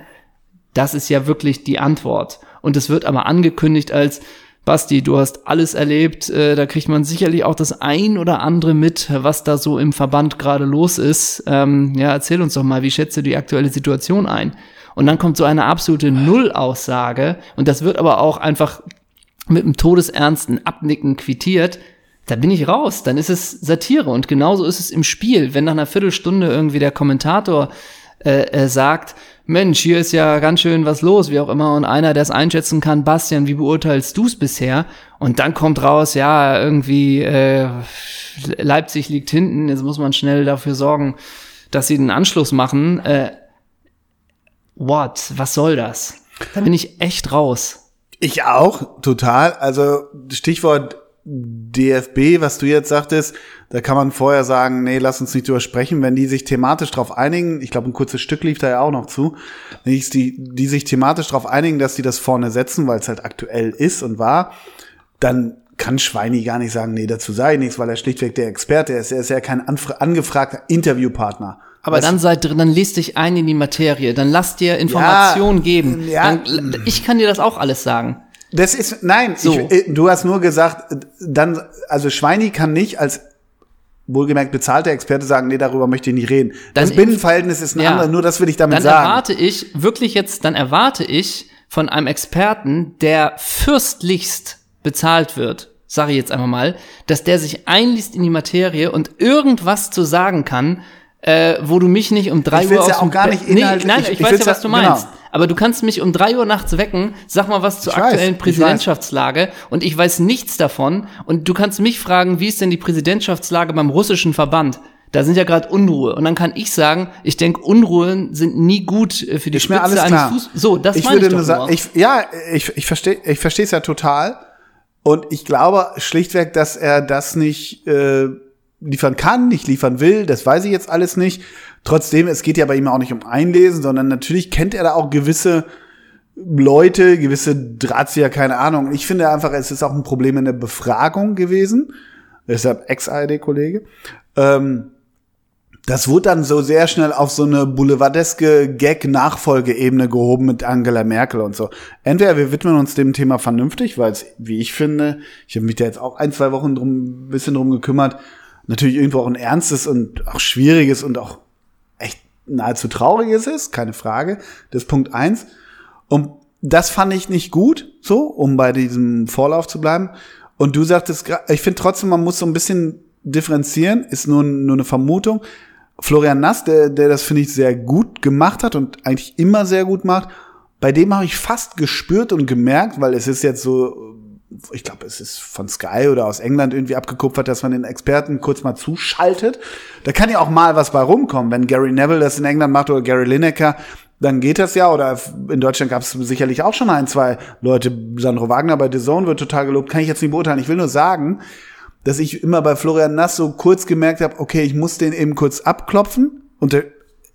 B: Das ist ja wirklich die Antwort. Und es wird aber angekündigt als, Basti, du hast alles erlebt, äh, da kriegt man sicherlich auch das ein oder andere mit, was da so im Verband gerade los ist. Ähm, ja, erzähl uns doch mal, wie schätzt du die aktuelle Situation ein? Und dann kommt so eine absolute Nullaussage und das wird aber auch einfach mit einem todesernsten Abnicken quittiert, da bin ich raus, dann ist es Satire und genauso ist es im Spiel. Wenn nach einer Viertelstunde irgendwie der Kommentator äh, äh, sagt, Mensch, hier ist ja ganz schön was los, wie auch immer, und einer, der es einschätzen kann, Bastian, wie beurteilst du es bisher? Und dann kommt raus, ja, irgendwie äh, Leipzig liegt hinten, jetzt muss man schnell dafür sorgen, dass sie den Anschluss machen. Äh, what? Was soll das? Da bin ich echt raus.
A: Ich auch, total. Also Stichwort DFB, was du jetzt sagtest, da kann man vorher sagen, nee, lass uns nicht drüber sprechen, wenn die sich thematisch drauf einigen, ich glaube, ein kurzes Stück lief da ja auch noch zu, wenn die, die sich thematisch drauf einigen, dass die das vorne setzen, weil es halt aktuell ist und war, dann kann Schweini gar nicht sagen, nee, dazu sage ich nichts, weil er schlichtweg der Experte ist. Er ist ja kein anfra- angefragter Interviewpartner.
B: Aber
A: Weißt
B: dann seid drin, dann liest dich ein in die Materie, dann lass dir Informationen geben.
A: ja.
B: Dann, ich kann dir das auch alles sagen.
A: Das ist, nein,
B: So.
A: ich, äh, du hast nur gesagt, äh, dann, also Schweini kann nicht als wohlgemerkt bezahlter Experte sagen, nee, darüber möchte ich nicht reden.
B: Dann
A: das Binnenverhältnis ist ein
B: Ja.
A: anderes, nur das will ich damit
B: Dann
A: sagen.
B: erwarte ich, wirklich jetzt, dann erwarte ich von einem Experten, der fürstlichst bezahlt wird, sage ich jetzt einfach mal, dass der sich einliest in die Materie und irgendwas zu sagen kann, äh, wo du mich nicht um drei
A: Ich
B: Uhr
A: will's
B: aus
A: ja auch
B: dem
A: gar
B: Bett-
A: nicht
B: nee,
A: inhaltlich-
B: Nein,
A: ich-
B: ich,
A: ich
B: weiß
A: will's
B: ja,
A: ja-
B: was du meinst.
A: genau.
B: Aber du kannst mich um drei Uhr nachts wecken, sag mal was zur
A: Ich weiß,
B: aktuellen
A: ich weiß.
B: Präsidentschaftslage und ich weiß nichts davon. Und du kannst mich fragen, wie ist denn die Präsidentschaftslage beim russischen Verband? Da sind ja gerade Unruhe. Und dann kann ich sagen, ich denke, Unruhen sind nie gut äh, für die
A: Ist mir alles klar.
B: Fuß- So, das
A: ich
B: meine
A: würde
B: ich doch
A: nur sagen,
B: nur.
A: ich, ja, ich, ich verstehe, ich verstehe es ja total. Und ich glaube schlichtweg, dass er das nicht äh, liefern kann, nicht liefern will. Das weiß ich jetzt alles nicht. Trotzdem, es geht ja bei ihm auch nicht um Einlesen, sondern natürlich kennt er da auch gewisse Leute, gewisse Drahtzieher, keine Ahnung. Ich finde einfach, es ist auch ein Problem in der Befragung gewesen. Deshalb Ex-ARD-Kollege. Ähm, das wurde dann so sehr schnell auf so eine boulevardeske Gag-Nachfolgeebene gehoben mit Angela Merkel und so. Entweder wir widmen uns dem Thema vernünftig, weil es, wie ich finde, ich habe mich da jetzt auch ein, zwei Wochen drum, ein bisschen drum gekümmert, natürlich irgendwo auch ein ernstes und auch schwieriges und auch echt nahezu trauriges ist, keine Frage. Das ist Punkt eins. Und Um, das fand ich nicht gut, so, um bei diesem Vorlauf zu bleiben. Und du sagtest, gra- ich finde trotzdem, man muss so ein bisschen differenzieren, ist nur, nur eine Vermutung. Florian Nass, der, der das finde ich sehr gut gemacht hat und eigentlich immer sehr gut macht, bei dem habe ich fast gespürt und gemerkt, weil es ist jetzt so, ich glaube, es ist von Sky oder aus England irgendwie abgekupfert, dass man den Experten kurz mal zuschaltet. Da kann ja auch mal was bei rumkommen. Wenn Gary Neville das in England macht oder Gary Lineker, dann geht das ja. Oder in Deutschland gab es sicherlich auch schon ein, zwei Leute. Sandro Wagner bei The Zone wird total gelobt. Kann ich jetzt nicht beurteilen. Ich will nur sagen, dass ich immer bei Florian Nass so kurz gemerkt habe, okay, ich muss den eben kurz abklopfen. Und der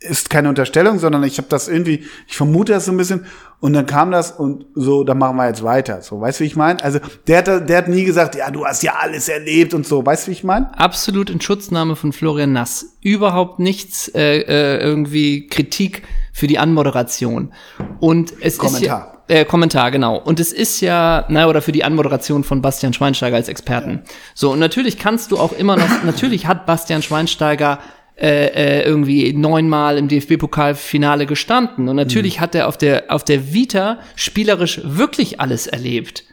A: ist keine Unterstellung, sondern ich habe das irgendwie, ich vermute das so ein bisschen. Und dann kam das und so, dann machen wir jetzt weiter. So, weißt du, wie ich meine? Also der hat, da- der hat nie gesagt, ja, du hast ja alles erlebt und so. Weißt du, wie ich meine?
B: Absolut in Schutznahme von Florian Nass. Überhaupt nichts, äh, äh, irgendwie Kritik für die Anmoderation. Und es
A: Kommentar.
B: ist ja, äh, Kommentar, genau. Und es ist ja, na, oder für die Anmoderation von Bastian Schweinsteiger als Experten. So, und natürlich kannst du auch immer noch, natürlich hat Bastian Schweinsteiger äh, äh, irgendwie neunmal im DFB-Pokalfinale gestanden. Und natürlich hat er auf der, auf der Vita spielerisch wirklich alles erlebt.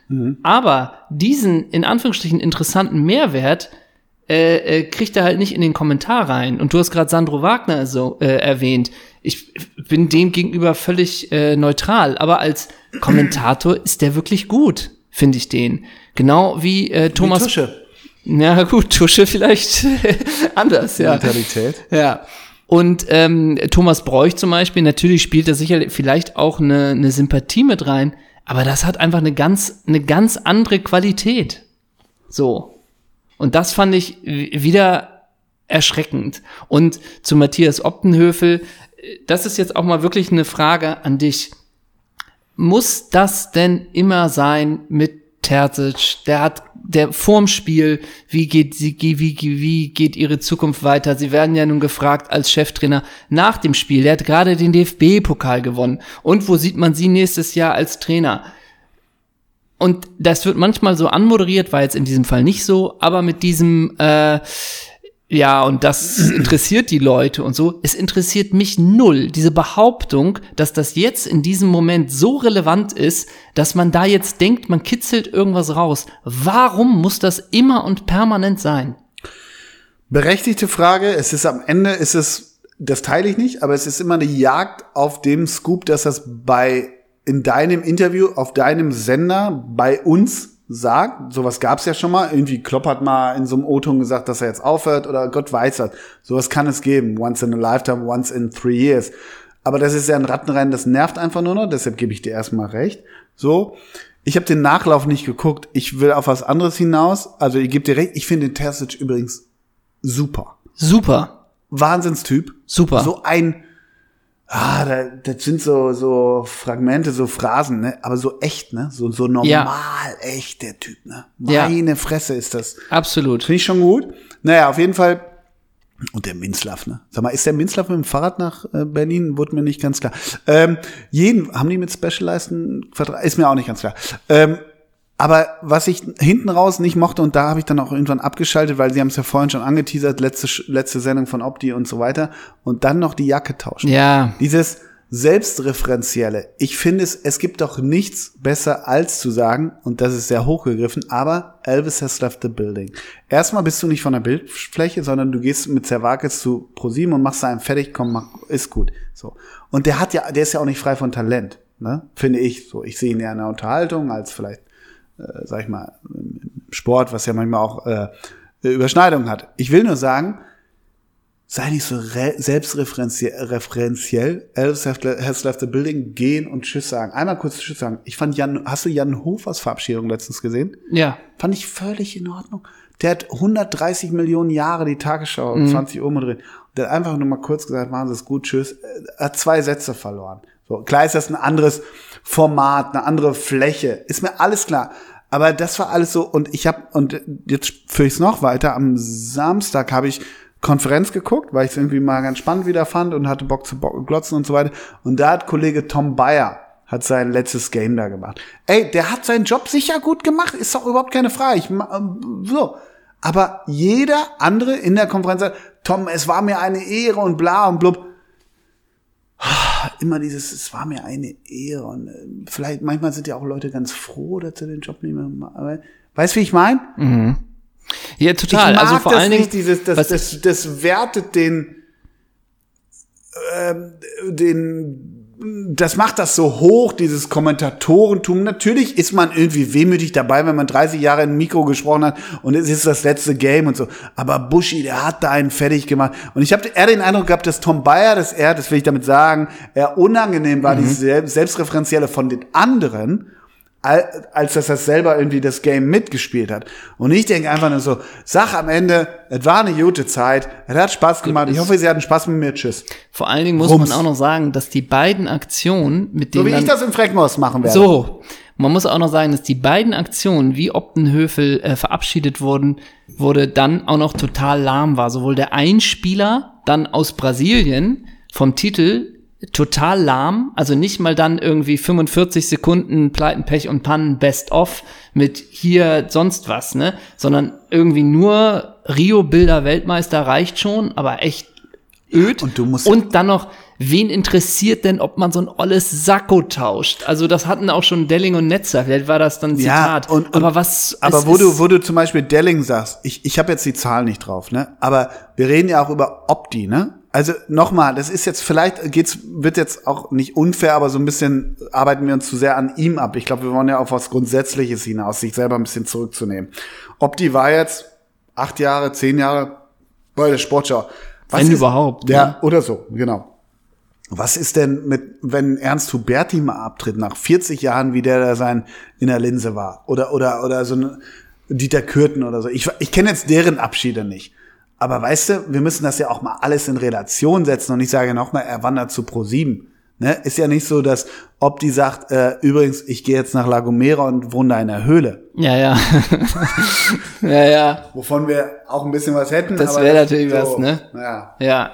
B: Aber diesen, in Anführungsstrichen, interessanten Mehrwert äh, äh, kriegt er halt nicht in den Kommentar rein. Und du hast gerade Sandro Wagner so äh, erwähnt. Ich bin dem gegenüber völlig äh, neutral, aber als Kommentator ist der wirklich gut, finde ich den. Genau wie äh, Thomas.
A: Tusche.
B: Na gut, Tusche vielleicht *laughs* anders, ja.
A: Mentalität.
B: Ja. Und ähm, Thomas Bräuch zum Beispiel, natürlich spielt da sicherlich vielleicht auch eine, eine Sympathie mit rein, aber das hat einfach eine ganz, eine ganz andere Qualität. So. Und das fand ich w- wieder erschreckend. Und zu Matthias Optenhöfel, äh, das ist jetzt auch mal wirklich eine Frage an dich. Muss das denn immer sein mit Terzic? Der hat, der vorm Spiel, wie geht sie, wie, wie, wie geht ihre Zukunft weiter? Sie werden ja nun gefragt als Cheftrainer nach dem Spiel. Der hat gerade den DFB-Pokal gewonnen. Und wo sieht man sie nächstes Jahr als Trainer? Und das wird manchmal so anmoderiert, war jetzt in diesem Fall nicht so, aber mit diesem, äh, ja, und das interessiert die Leute und so. Es interessiert mich null. Diese Behauptung, dass das jetzt in diesem Moment so relevant ist, dass man da jetzt denkt, man kitzelt irgendwas raus. Warum muss das immer und permanent sein?
A: Berechtigte Frage. Es ist am Ende, ist es, das teile ich nicht, aber es ist immer eine Jagd auf dem Scoop, dass das bei, in deinem Interview, auf deinem Sender, bei uns sagt. Sowas gab es ja schon mal. Irgendwie Klopp hat mal in so einem O-Ton gesagt, dass er jetzt aufhört oder Gott weiß was. Sowas kann es geben. Once in a lifetime, once in three years. Aber das ist ja ein Rattenrennen, das nervt einfach nur noch. Deshalb gebe ich dir erstmal recht. So. Ich habe den Nachlauf nicht geguckt. Ich will auf was anderes hinaus. Also ihr gebt dir recht, ich finde den Terzic übrigens super.
B: Super,
A: Wahnsinnstyp.
B: super.
A: So ein Ah, da, das sind so so Fragmente, so Phrasen, ne? Aber so echt, ne? So so normal echt der Typ, ne?
B: Ja.
A: Meine Fresse ist das.
B: Absolut.
A: Finde ich schon gut. Naja, auf jeden Fall. Und der Minzlaff, ne? Sag mal, ist der Minzlaff mit dem Fahrrad nach äh, Berlin? Wurde mir nicht ganz klar. Ähm, jeden, haben die mit Specialized einen Vertrag? Ist mir auch nicht ganz klar. Ähm, aber was ich hinten raus nicht mochte, und da habe ich dann auch irgendwann abgeschaltet, weil sie haben es ja vorhin schon angeteasert, letzte, Sch- letzte Sendung von Opti und so weiter, und dann noch die Jacke tauschen.
B: Ja,
A: Dieses Selbstreferenzielle. Ich finde es, es gibt doch nichts besser als zu sagen, und das ist sehr hochgegriffen, aber Elvis has left the building. Erstmal bist du nicht von der Bildfläche, sondern du gehst mit Zerwakis zu ProSieben und machst da einen fertig, komm, mach, ist gut. So. Und der hat ja, der ist ja auch nicht frei von Talent, ne? Finde ich. So, ich sehe ihn eher in der Unterhaltung als vielleicht äh, sag ich mal, im Sport, was ja manchmal auch äh, Überschneidungen hat. Ich will nur sagen, sei nicht so re- selbstreferenziell. Elvis has le- has left the building, gehen und Tschüss sagen. Einmal kurz Tschüss sagen. Ich fand Jan, hast du Jan Hofers Verabschiedung letztens gesehen?
B: ja.
A: Fand ich völlig in Ordnung. Der hat 130 Millionen Jahre die Tagesschau um 20 Uhr moderiert. Und der hat einfach nur mal kurz gesagt, machen Sie es gut, tschüss. Äh, Hat zwei Sätze verloren. So, klar ist das ein anderes Format, eine andere Fläche. Ist mir alles klar. Aber das war alles so, und ich habe und jetzt führe ich es noch weiter. Am Samstag habe ich Konferenz geguckt, weil ich es irgendwie mal ganz spannend wieder fand und hatte Bock zu bo- glotzen und so weiter. Und da hat Kollege Tom Bayer hat sein letztes Game da gemacht. Ey, der hat seinen Job sicher gut gemacht, ist doch überhaupt keine Frage. Ich, ma- ähm, so. Aber jeder andere in der Konferenz sagt, Tom, es war mir eine Ehre und bla und blub. Immer dieses, es war mir eine Ehre und ähm, vielleicht, manchmal sind ja auch Leute ganz froh, dass sie den Job nicht mehr machen. Aber- Weißt du, wie ich meine?
B: Ja, total.
A: Ich mag
B: Also vor
A: das
B: allen
A: nicht,
B: Dingen,
A: dieses, das,
B: was
A: das, das wertet den, ähm, den, das macht das so hoch, dieses Kommentatorentum. Natürlich ist man irgendwie wehmütig dabei, wenn man 30 Jahre in ein Mikro gesprochen hat und es ist das letzte Game und so. Aber Bushi, der hat da einen fertig gemacht. Und ich habe eher den Eindruck gehabt, dass Tom Bayer, dass er, das will ich damit sagen, er unangenehm war,
B: Mhm.
A: dieses Sel- Selbstreferenzielle von den anderen al- als dass er selber irgendwie das Game mitgespielt hat. Und ich denke einfach nur so, sag am Ende, es war eine gute Zeit, es hat Spaß gemacht, ich hoffe, sie hatten Spaß mit mir, tschüss.
B: vor allen Dingen muss
A: Rums.
B: man auch noch sagen, dass die beiden Aktionen, mit
A: So
B: denen
A: wie ich
B: dann-
A: das im Freckmos machen werde.
B: So, man muss auch noch sagen, dass die beiden Aktionen, wie Optenhöfel äh, verabschiedet wurden, wurde dann auch noch total lahm war. Sowohl der Einspieler dann aus Brasilien vom Titel total lahm, also nicht mal dann irgendwie 45 Sekunden Pleiten, Pech und Pannen Best of mit hier sonst was, ne, sondern irgendwie nur Rio Bilder Weltmeister reicht schon, aber echt öd.
A: und du musst-
B: und dann noch, wen interessiert denn, ob man so ein olles Sakko tauscht? Also das hatten auch schon Delling und Netzer. Vielleicht war das dann
A: Ja,
B: Zitat.
A: und- und-
B: aber was?
A: Aber
B: es
A: wo
B: ist-
A: du, wo du zum Beispiel Delling sagst, ich, ich habe jetzt die Zahl nicht drauf, ne? Aber wir reden ja auch über Opti, ne? Also nochmal, das ist jetzt vielleicht geht's wird jetzt auch nicht unfair, aber so ein bisschen arbeiten wir uns zu sehr an ihm ab. Ich glaube, wir wollen ja auf was Grundsätzliches hinaus, sich selber ein bisschen zurückzunehmen. Opti war jetzt acht Jahre, zehn Jahre bei der Sportschau. Was
B: Wenn überhaupt,
A: Ja,
B: ne?
A: oder so, genau. Was ist denn mit, wenn Ernst Huberti mal abtritt, nach 40 Jahren, wie der da sein in der Linse war? Oder, oder, oder so ein Dieter Kürten oder so. Ich, ich kenne jetzt deren Abschiede nicht. Aber weißt du, wir müssen das ja auch mal alles in Relation setzen. Und ich sage nochmal, er wandert zu Pro7. Ne? Ist ja nicht so, dass ob die sagt, äh, übrigens, ich gehe jetzt nach La Gomera und wohne da in der Höhle.
B: Ja, ja. *laughs* ja, ja.
A: Wovon wir auch ein bisschen was hätten.
B: Das
A: aber
B: wäre natürlich was, ne?
A: Naja.
B: Ja.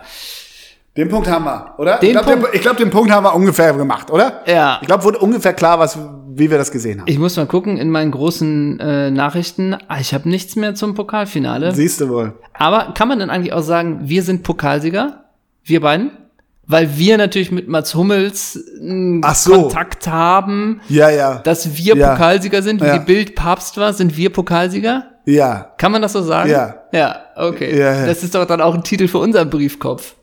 A: Den Punkt haben wir, oder?
B: Den
A: ich glaube, den,
B: Punkt-
A: ich glaub, den Punkt haben wir ungefähr gemacht, oder?
B: Ja.
A: Ich glaube, wurde ungefähr klar, was, wie wir das gesehen haben.
B: Ich muss mal gucken in meinen großen äh, Nachrichten. Ah, Ich habe nichts mehr zum Pokalfinale.
A: Siehst du wohl.
B: Aber kann man denn eigentlich auch sagen, wir sind Pokalsieger? Wir beiden? Weil wir natürlich mit Mats Hummels einen
A: Ach so.
B: Kontakt haben,
A: Ja, ja.
B: dass wir
A: Ja.
B: Pokalsieger sind, wie
A: Ja.
B: die Bild Papst war, sind wir Pokalsieger?
A: ja.
B: Kann man das so sagen?
A: Ja.
B: Ja, okay.
A: Ja, ja.
B: Das ist doch dann auch ein Titel für unseren Briefkopf.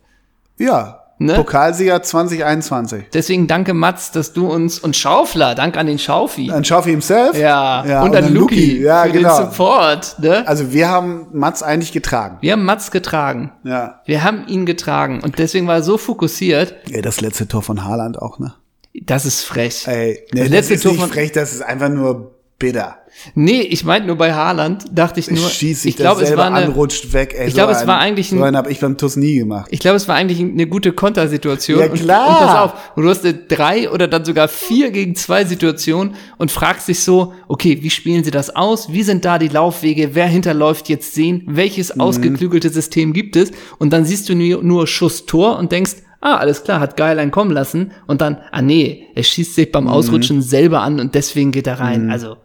A: Ja.
B: Ne?
A: Pokalsieger 2021.
B: Deswegen danke Mats, dass du uns und Schaufler, dank an den Schaufi.
A: An Schaufi himself.
B: ja. und an
A: an
B: Luki
A: Ja,
B: für
A: genau.
B: den Support. Ne?
A: Also wir haben Mats eigentlich getragen.
B: Wir haben Mats getragen.
A: Ja.
B: Wir haben ihn getragen und deswegen war er so fokussiert.
A: Ey, das letzte Tor von Haaland auch, ne?
B: Das ist frech.
A: Ey, nee,
B: Das
A: das
B: letzte
A: ist
B: Tor
A: nicht
B: von-
A: frech, das ist einfach nur bitter.
B: Nee, ich meinte nur bei Haaland, dachte ich nur,
A: Schießt sich
B: ich
A: ich das
B: glaube, es
A: selber
B: war eine,
A: anrutscht weg. Ey,
B: ich glaube, es war eigentlich ein-
A: So einen habe ich beim TUS nie gemacht.
B: ich glaube, es war eigentlich eine gute Kontersituation.
A: Ja, klar.
B: Und, und pass auf, und du hast eine drei oder dann sogar vier gegen zwei Situation und fragst dich so, okay, wie spielen sie das aus? Wie sind da die Laufwege? Wer hinterläuft jetzt sehen?
A: Mhm.
B: Welches ausgeklügelte System gibt es? Und dann siehst du nur, nur Schuss Tor und denkst, ah, alles klar, hat Geilein kommen lassen. Und dann, ah nee, er schießt sich
A: Mhm.
B: beim Ausrutschen selber an und deswegen geht er rein. Also,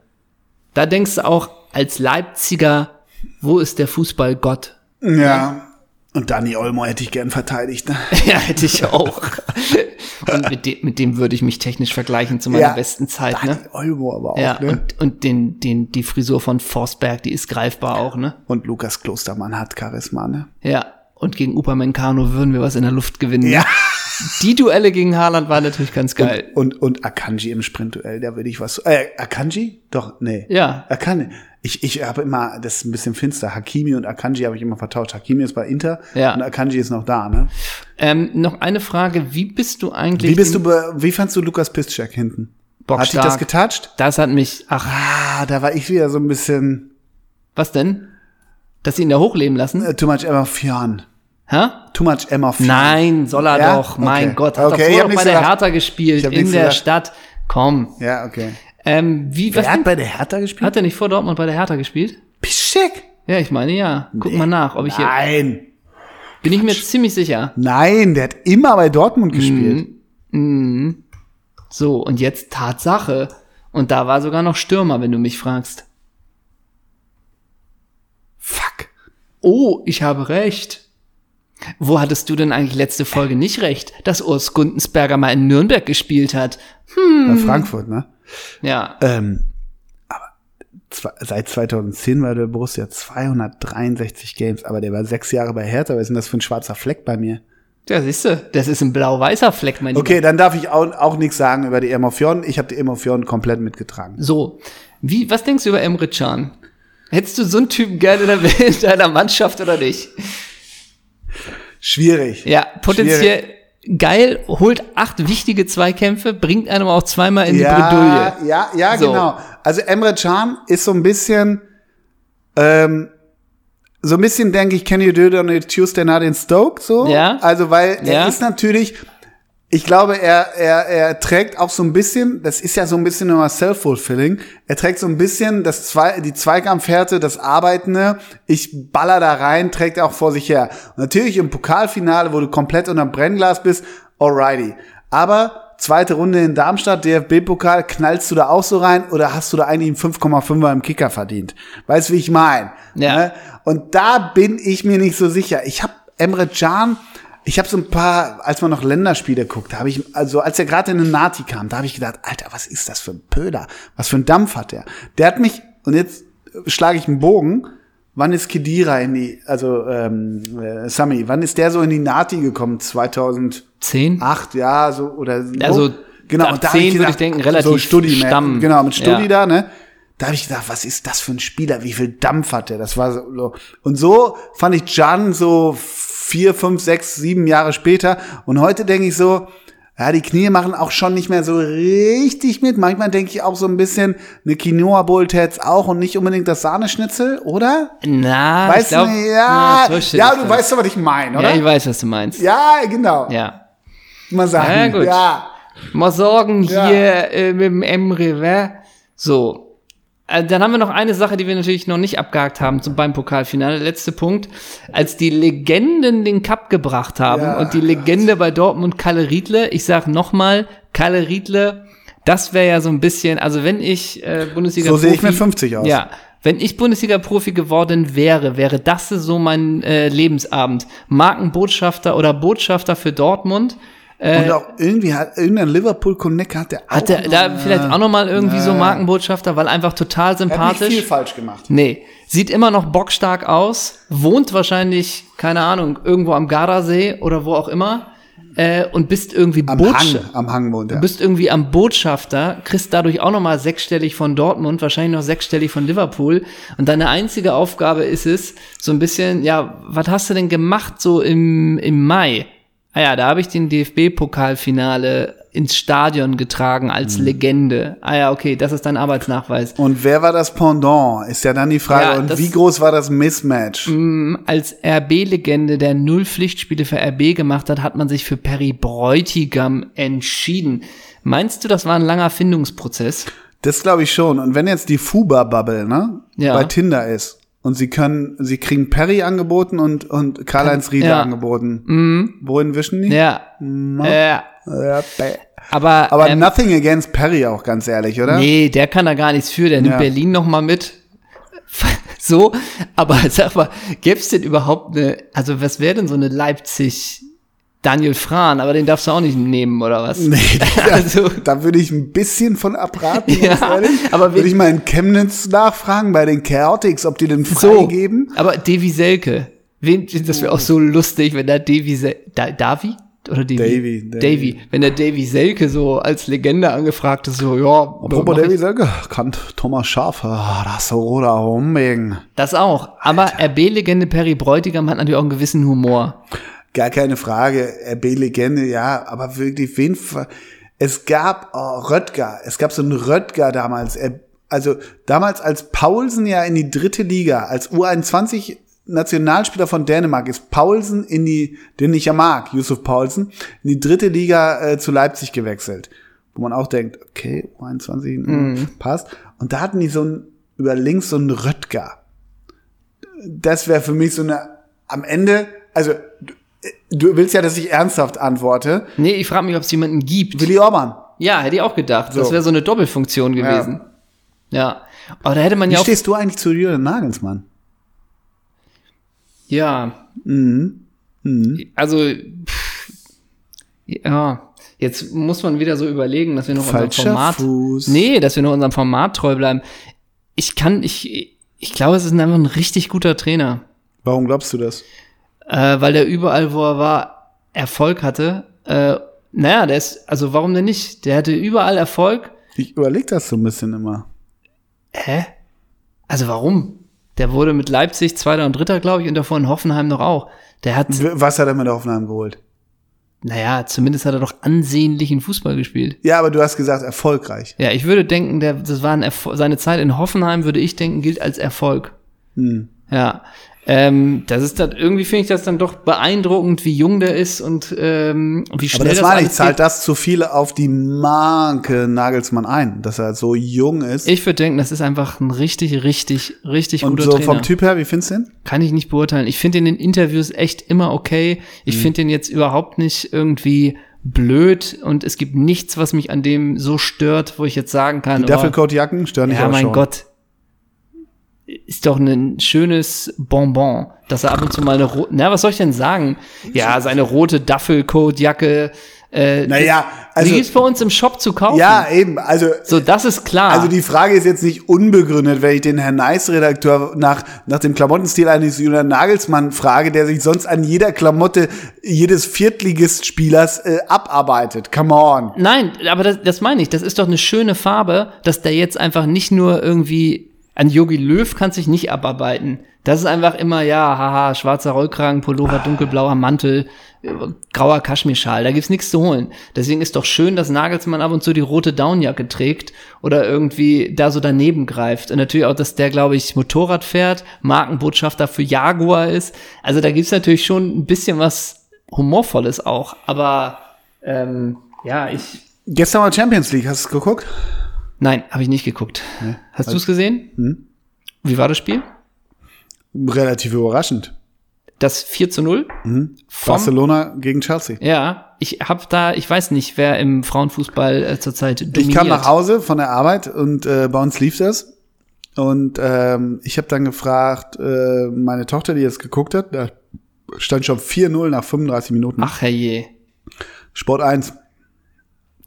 B: da denkst du auch als Leipziger, wo ist der Fußballgott?
A: Ja. Ne? Und Dani Olmo hätte ich gern verteidigt. ne? *laughs*
B: Ja, hätte ich auch. *laughs* Und mit, de mit dem würde ich mich technisch vergleichen zu meiner
A: Ja.
B: besten Zeit, ne?
A: Dani Olmo aber auch,
B: Ja,
A: ne?
B: und, und den, den, die Frisur von Forsberg, die ist greifbar auch, ne?
A: Und Lukas Klostermann hat Charisma, ne?
B: Ja. Und gegen Upamecano würden wir was in der Luft gewinnen. ne?
A: Ja.
B: *laughs* Die Duelle gegen Haaland waren natürlich ganz geil.
A: Und, und Akanji im Sprintduell, da würde ich was. Äh, Akanji? Doch, nee.
B: Ja.
A: Akanji. Ich, ich habe immer, das ist ein bisschen finster. Hakimi und Akanji habe ich immer vertauscht. Hakimi ist bei Inter
B: Ja.
A: und Akanji ist noch da, ne?
B: Ähm, noch eine Frage, wie bist du eigentlich
A: Wie bist du,
B: in-
A: be- wie fandst du Lukas Piszczek hinten? Hat dich
B: bockstark?
A: das getatscht?
B: Das hat mich, ach,
A: Ah, da war ich wieder so ein bisschen
B: was denn? Dass sie ihn da hochleben lassen?
A: äh, too much Emma Fian.
B: Hä?
A: Too much Emma Fian.
B: Nein, soll er
A: Ja?
B: doch. Mein
A: Okay.
B: Gott, hat
A: Okay,
B: doch
A: ich
B: vorher
A: hab
B: noch bei
A: nichts
B: der
A: gesagt.
B: Hertha gespielt,
A: Ich hab
B: in
A: nichts
B: der
A: gesagt.
B: Stadt. Komm.
A: Ja, okay.
B: Ähm, wie, was
A: Wer hat
B: denn?
A: bei der Hertha gespielt?
B: Hat er nicht vor Dortmund bei der Hertha gespielt?
A: Piszczek?
B: Ja, ich meine ja. Guck mal nach, ob ich hier.
A: Nein.
B: Bin ich mir ziemlich sicher. Hm,
A: Nein, der hat immer bei Dortmund
B: Mhm.
A: gespielt.
B: So, und jetzt Tatsache. Und da war sogar noch Stürmer, wenn du mich fragst.
A: Fuck.
B: Oh, ich habe recht. Wo hattest du denn eigentlich letzte Folge nicht recht? Dass Urs Gundensberger mal in Nürnberg gespielt hat. Mhm.
A: Bei Frankfurt, ne?
B: Ja.
A: Ähm, aber zwei- seit 2010 war der Borussia 263 Games, aber der war sechs Jahre bei Hertha. Was ist denn das für ein schwarzer Fleck bei mir?
B: Ja, siehst du, das ist ein blau-weißer Fleck, mein
A: Okay, dann darf ich auch, auch nichts sagen über die Emotionen. Ich habe die Emotionen komplett mitgetragen.
B: So, wie, was denkst du über Emre Can? Hättest du so einen Typen gerne in, der, *laughs* in deiner Mannschaft oder nicht?
A: Schwierig.
B: Ja, potenziell geil, holt acht wichtige Zweikämpfe, bringt einem auch zweimal in die Bredouille.
A: Ja, ja,
B: So.
A: genau. Also Emre Can ist so ein bisschen, ähm, so ein bisschen denke ich, can you do it on a Tuesday night in Stoke? So,
B: Ja.
A: also weil er
B: Ja.
A: ist natürlich, ich glaube, er, er, er trägt auch so ein bisschen, das ist ja so ein bisschen immer self-fulfilling, er trägt so ein bisschen das Zwei, die Zweikampfhärte, das Arbeitende, ich baller da rein, trägt er auch vor sich her. Und natürlich im Pokalfinale, wo du komplett unter Brennglas bist, alrighty. Aber zweite Runde in Darmstadt, DFB-Pokal, knallst du da auch so rein oder hast du da eigentlich einen 5,5er im Kicker verdient? Weißt du, wie ich meine?
B: Ja.
A: Ne? Und da bin ich mir nicht so sicher. Ich habe Emre Can, ich habe so ein paar, als man noch Länderspiele guckt, habe ich, also als er gerade in den Nati kam, da habe ich gedacht, Alter, was ist das für ein Pöder? Was für ein Dampf hat der? Der hat mich, und jetzt äh, schlage ich einen Bogen, wann ist Kedira in die, also ähm, äh, Sami, wann ist der so in die Nati gekommen? 2000
B: Zehn?
A: acht, ja, so oder so. Genau,
B: Also, ab
A: und da hab
B: 10 würde
A: gedacht,
B: ich denken, relativ
A: Studi, ne?
B: Stamm.
A: Genau, mit Studi
B: Ja.
A: da, ne? Da habe ich gedacht, was ist das für ein Spieler? Wie viel Dampf hat der? Das war so. Und so fand ich Can so vier, fünf, sechs, sieben Jahre später. Und heute denke ich so, ja, die Knie machen auch schon nicht mehr so richtig mit. Manchmal denke ich auch so ein bisschen, eine quinoa bowl tät's auch und nicht unbedingt das Sahneschnitzel, oder?
B: Na, ich
A: Weißt
B: glaub,
A: du, ja,
B: na, so steht
A: ja,
B: das
A: du
B: dann.
A: weißt doch, was ich meine,
B: Ja,
A: oder?
B: ich
A: Ja,
B: weiß, was du meinst.
A: genau.
B: Ja.
A: Mal sagen.
B: Ja, gut.
A: ja.
B: Mal sorgen
A: Ja.
B: hier äh, mit dem Emre, wer? So. Äh, Dann haben wir noch eine Sache, die wir natürlich noch nicht abgehakt haben zum, beim Pokalfinale. Letzter Punkt. Als die Legenden den Cup gebracht haben
A: Ja,
B: und die Legende bei Dortmund Kalle Riedle, ich sag nochmal, Kalle Riedle, das wäre ja so ein bisschen, also wenn ich äh, Bundesliga
A: So sehe ich mit 50 aus.
B: Ja. Wenn ich Bundesliga-Profi geworden wäre, wäre das so mein äh, Lebensabend. Markenbotschafter oder Botschafter für Dortmund.
A: Und auch irgendwie hat irgendein Liverpool-Connect hat der
B: Äh, Hat er da
A: Oh,
B: vielleicht auch nochmal irgendwie so Markenbotschafter, weil einfach
A: er
B: total
A: hat nicht viel
B: sympathisch.
A: falsch gemacht.
B: Nee, sieht immer noch bockstark aus, wohnt wahrscheinlich, keine Ahnung, irgendwo am Gardasee oder wo auch immer äh, und bist irgendwie
A: Am
B: Botschafter.
A: Hang, am Hang wohnt er.
B: Du bist irgendwie am Botschafter, kriegst dadurch auch nochmal sechsstellig von Dortmund, wahrscheinlich noch sechsstellig von Liverpool. Und deine einzige Aufgabe ist es, so ein bisschen, ja, was hast du denn gemacht so im, im Mai? Ah ja, da habe ich den DFB-Pokalfinale ins Stadion getragen als Legende. Ah ja, okay, das ist dein Arbeitsnachweis.
A: Und wer war das Pendant? Ist ja dann die Frage.
B: Ja,
A: Und
B: das-
A: wie groß war das Mismatch?
B: Mm, Als RB-Legende, der null Pflichtspiele für RB gemacht hat, hat man sich für Perry Bräutigam entschieden. Meinst du, das war ein langer Findungsprozess?
A: Das glaube ich schon. Und wenn jetzt die Fuba-Bubble, ne?
B: Ja.
A: Bei Tinder ist. Und sie können, sie kriegen Perry angeboten und, und Karl-Heinz Rieder
B: ja.
A: angeboten.
B: Mhm.
A: Wohin wischen die?
B: Ja. Äh,
A: Ja, bäh.
B: aber
A: Aber
B: ähm,
A: nothing against Perry auch, ganz ehrlich, oder?
B: nee, der kann da gar nichts für. Der nimmt
A: Ja.
B: Berlin noch mal mit. *laughs* so, aber *laughs* sag mal, gäb's denn überhaupt eine, also was wäre denn so eine Leipzig Daniel Frahn, aber den darfst du auch nicht nehmen, oder
A: *laughs*
B: was? *laughs*
A: Nee, da,
B: Also-
A: da würde ich ein bisschen von abraten, ganz
B: Ja,
A: ehrlich.
B: aber wir-
A: würde ich mal in Chemnitz nachfragen bei den Chaotics, ob die den
B: So,
A: freigeben. Oh.
B: aber Davy Selke. Wem, das wäre auch so lustig, wenn da Davy Selke, da, Davy? Oder Davy?
A: Davy,
B: Davy.
A: Davy.
B: Wenn der Davy Selke so als Legende angefragt ist, so, ja,
A: Apropos
B: mach ich
A: Davy Selke, kannt Thomas Schaf, ah, das Roda Homing.
B: das auch. Aber RB-Legende Perry Bräutigam hat natürlich auch einen gewissen Humor.
A: Gar keine Frage, RB-Legende, ja, aber wirklich, wen, ver- es gab oh, Röttger, es gab so einen Röttger damals, er- also damals als Paulsen ja in die dritte Liga, als U21 Nationalspieler von Dänemark ist Paulsen in die, den ich ja mag, Yusuf Paulsen, in die dritte Liga äh, zu Leipzig gewechselt. Wo man auch denkt, okay, U21 mm. passt. Und da hatten die so einen, über links so einen Röttger das wäre für mich so eine am Ende, also du, du willst ja, dass ich ernsthaft antworte.
B: Nee, ich frage mich, ob es jemanden gibt.
A: Willi Orban.
B: Ja, hätte ich auch gedacht. Das
A: So.
B: wäre so eine Doppelfunktion gewesen. Ja. Aber da hätte man
A: Wie
B: ja auch,
A: stehst du eigentlich zu Julian Nagelsmann?
B: ja,
A: Mhm. Mhm.
B: also pff, ja, jetzt muss man wieder so überlegen, dass wir noch
A: Falscher
B: unserem Format
A: Fuß.
B: Nee, dass wir noch unserem Format treu bleiben. Ich kann ich ich glaube, es ist einfach ein richtig guter Trainer,
A: Warum glaubst du das?
B: äh, weil der überall, wo er war, Erfolg hatte. Äh, naja, der ist, also warum denn nicht? Der hatte überall Erfolg.
A: Ich überlege das so ein bisschen immer.
B: Hä? Also warum? Der wurde mit Leipzig Zweiter und Dritter, glaube ich, und davor in Hoffenheim noch auch. Der hat,
A: W- Was hat er mit Hoffenheim geholt?
B: naja, zumindest hat er doch ansehnlichen Fußball gespielt.
A: Ja, aber du hast gesagt, erfolgreich.
B: Ja, ich würde denken, der, das war ein Erfol seine Zeit in Hoffenheim, würde ich denken, gilt als Erfolg.
A: Mhm.
B: Ja. Ähm, das ist dann, irgendwie finde ich das dann doch beeindruckend, wie jung der ist und ähm, wie
A: Aber
B: schnell
A: das war nicht,
B: alles
A: zahlt
B: geht.
A: das zu viel auf die Marke Nagelsmann ein, dass er so jung ist.
B: Ich würde denken, das ist einfach ein richtig, richtig, richtig
A: Und
B: guter
A: so
B: Trainer.
A: vom Typ her, wie findest du ihn?
B: Kann ich nicht beurteilen. Ich finde ihn in Interviews echt immer okay. Ich
A: Mhm.
B: finde ihn jetzt überhaupt nicht irgendwie blöd und es gibt nichts, was mich an dem so stört, wo ich jetzt sagen kann, oh,
A: Die Duffelcoat-Jacken stören dich
B: Ja,
A: auch
B: mein
A: schon.
B: Gott. Ist doch ein schönes Bonbon, dass er ab und zu mal eine rote. Na, was soll ich denn sagen? Ja, seine rote Duffelcoat-Jacke. Äh,
A: Naja,
B: also,
A: also-
B: die gibt's bei uns im Shop zu kaufen.
A: Ja, eben. Also
B: So, das ist klar.
A: Also die Frage ist jetzt nicht unbegründet, wenn ich den Herrn Nice-Redakteur nach, nach dem Klamottenstil eines Julian Nagelsmann frage, der sich sonst an jeder Klamotte jedes Viertligist-Spielers äh, abarbeitet. Come on.
B: Nein, aber das, das meine ich. Das ist doch eine schöne Farbe, dass der jetzt einfach nicht nur irgendwie an Yogi Löw kann sich nicht abarbeiten. Das ist einfach immer, ja, haha, schwarzer Rollkragen, Pullover, dunkelblauer Mantel, äh, grauer Kaschmirschal. Da gibt's nichts zu holen. Deswegen ist doch schön, dass Nagelsmann ab und zu die rote Downjacke trägt oder irgendwie da so daneben greift. Und natürlich auch, dass der, glaube ich, Motorrad fährt, Markenbotschafter für Jaguar ist. Also da gibt's natürlich schon ein bisschen was Humorvolles auch. Aber ähm, ja, ich.
A: Gestern war Champions League, hast du es geguckt?
B: Nein, habe ich nicht geguckt. Hast du es gesehen?
A: Hm.
B: Wie war das Spiel?
A: Relativ überraschend.
B: Das 4 zu 0?
A: Mhm.
B: Vom,
A: Barcelona gegen Chelsea.
B: Ja, ich hab da, ich weiß nicht, wer im Frauenfußball äh, zurzeit dominiert.
A: Ich kam nach Hause von der Arbeit und äh, bei uns lief das. Und ähm, ich habe dann gefragt, äh, meine Tochter, die jetzt geguckt hat, da stand schon 4-0 nach 35 Minuten.
B: Ach herrje.
A: Sport 1.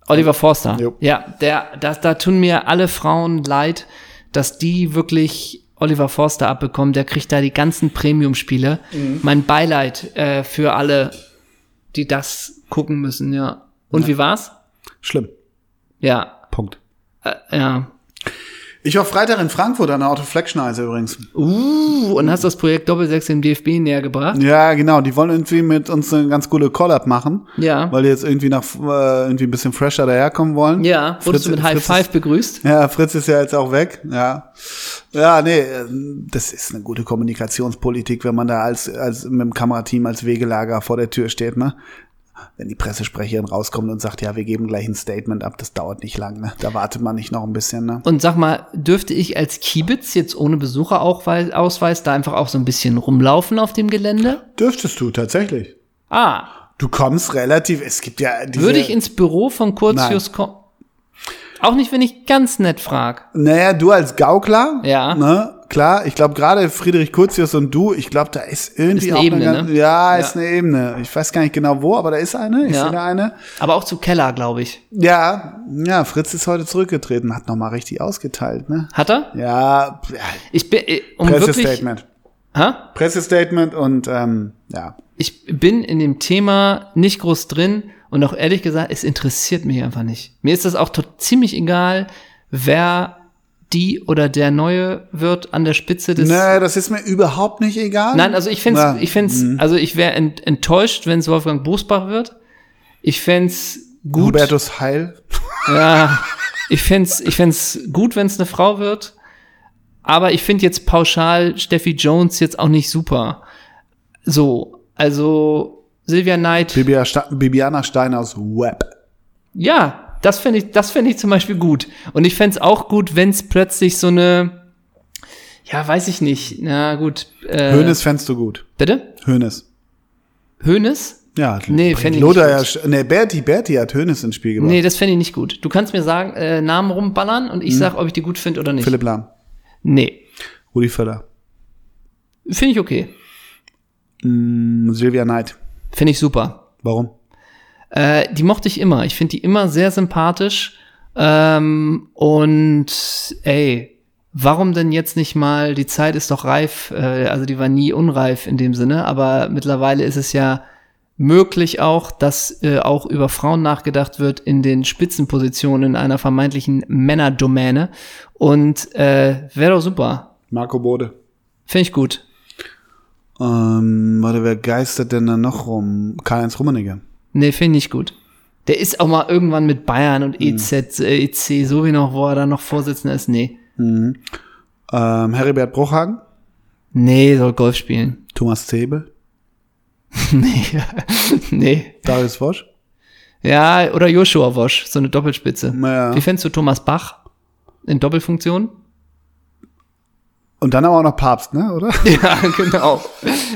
B: Oliver Forster.
A: Jo.
B: Ja, der, das, da tun mir alle Frauen leid, dass die wirklich Oliver Forster abbekommen. Der kriegt da die ganzen Premium-Spiele.
A: Mhm.
B: Mein Beileid äh, für alle, die das gucken müssen, ja. Und wie war's?
A: Schlimm.
B: Ja.
A: Punkt.
B: Äh, ja.
A: Ich war Freitag in Frankfurt an der Otto Fleck-Schneise übrigens.
B: Uh, und hast das Projekt Doppelsechs dem DFB näher gebracht?
A: Ja, genau. Die wollen irgendwie mit uns eine ganz coole Collab machen.
B: Ja.
A: Weil die jetzt irgendwie nach äh, irgendwie ein bisschen fresher daherkommen wollen.
B: Ja, wurdest du mit High Five
A: Ist,
B: begrüßt?
A: ja, Fritz ist ja jetzt auch weg. Ja. Ja, nee, äh, das ist eine gute Kommunikationspolitik, wenn man da als, als mit dem Kamerateam als Wegelager vor der Tür steht, ne? Wenn die Pressesprecherin rauskommt und sagt, ja, wir geben gleich ein Statement ab, das dauert nicht lang, ne? Da wartet man nicht noch ein bisschen, ne?
B: Und sag mal, dürfte ich als Kiebitz jetzt ohne Besucherausweis da einfach auch so ein bisschen rumlaufen auf dem Gelände?
A: Dürftest du tatsächlich.
B: Ah,
A: Du kommst relativ, es gibt ja diese,
B: würde ich ins Büro von Kurzius
A: Nein.
B: kommen? Auch nicht, wenn ich ganz nett frag.
A: Naja, du als Gaukler,
B: Ja.
A: ne, klar, ich glaube gerade Friedrich Kurzius und du, ich glaube, da ist irgendwie
B: Ist eine
A: auch
B: Ebene,
A: eine, ganz-
B: ne?
A: ja, ist
B: Ja.
A: eine Ebene. Ich weiß gar nicht genau wo, aber da ist eine, ich
B: Ja.
A: sehe da eine.
B: Aber auch zu Keller, glaube ich.
A: Ja, ja, Fritz ist heute zurückgetreten, hat nochmal richtig ausgeteilt, ne?
B: Hat er?
A: Ja, ja
B: Ich bin, äh, um wirklich,
A: Pressestatement.
B: hä?
A: Pressestatement und ähm, ja.
B: ich bin in dem Thema nicht groß drin und auch ehrlich gesagt, es interessiert mich einfach nicht. Mir ist das auch tot- ziemlich egal, wer die oder der Neue wird an der Spitze des.
A: Nee, das ist mir überhaupt nicht egal.
B: Nein, also ich fänd's,
A: Na,
B: ich fänd's, also ich wäre ent, enttäuscht, wenn es Wolfgang Bosbach wird. Ich fänd's gut.
A: Hubertus Heil.
B: Ja, ich fänd's, ich fänd's gut, wenn's eine Frau wird. Aber ich find jetzt pauschal Steffi Jones jetzt auch nicht super. So, also Silvia Knight.
A: Bibia Sta- Bibiana Stein aus Web.
B: Ja, das fände ich, das fänd ich zum Beispiel gut. Und ich fänd's auch gut, wenn's plötzlich so eine, ja, weiß ich nicht, na gut. Äh,
A: Hönes fändst du gut.
B: Bitte?
A: Hönes.
B: Hönes?
A: Ja,
B: Nee,
A: bringt
B: fänd ich
A: Lothar
B: nicht
A: ja, sch- nee, Berti, Berti hat Hönes ins Spiel gebracht.
B: Nee, das fände ich nicht gut. Du kannst mir sagen, äh, Namen rumballern und ich sag, ob ich die gut finde oder nicht.
A: Philipp Lahm,
B: Nee.
A: Rudi Völler,
B: Finde ich okay.
A: mm, Silvia Knight.
B: Finde ich super.
A: Warum?
B: Äh, die mochte ich immer. Ich finde die immer sehr sympathisch. Ähm, und ey, warum denn jetzt nicht mal, die Zeit ist doch reif, äh, also die war nie unreif in dem Sinne, aber mittlerweile ist es ja möglich auch, dass äh, auch über Frauen nachgedacht wird in den Spitzenpositionen in einer vermeintlichen Männerdomäne. Und äh, wäre doch super.
A: Marco Bode.
B: Finde ich gut.
A: Ähm, warte, wer geistert denn da noch rum? Karl-Heinz Rummenigge.
B: Nee, finde ich nicht gut. Der ist auch mal irgendwann mit Bayern und EZ, äh, EC, so wie noch, wo er dann noch Vorsitzender ist. Nee.
A: Ähm, Heribert Bruchhagen,
B: Nee, soll Golf spielen. *laughs*
A: Thomas Zebel,
B: nee. nee.
A: Darius Vosch.
B: Ja, oder Joshua Wosch, so eine Doppelspitze.
A: Ja.
B: Wie fändst du Thomas Bach
A: *laughs*
B: in Doppelfunktion?
A: Und dann aber auch noch Papst, ne,
B: *laughs*
A: oder?
B: ja, genau.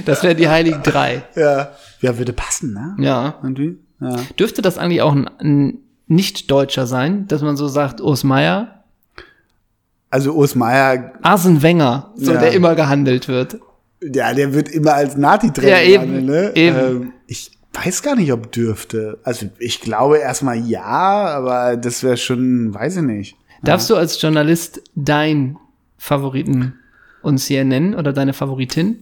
B: Das wären die Heiligen Drei.
A: ja. Ja, würde passen, ne?
B: Ja.
A: Irgendwie? Ja.
B: Dürfte das eigentlich auch ein, ein Nicht-Deutscher sein, dass man so sagt, Urs Meier?
A: Also Urs Meier,
B: Arsen Wenger, so
A: Ja.
B: der immer gehandelt wird.
A: ja, der wird immer als Nati-Trainer
B: Ja, eben,
A: gehandelt, ne?
B: eben.
A: Ähm, ich weiß gar nicht, ob dürfte. Also ich glaube erstmal ja, aber das wäre schon, weiß ich nicht.
B: Darfst du als Journalist deinen Favoriten uns hier nennen oder deine Favoritin?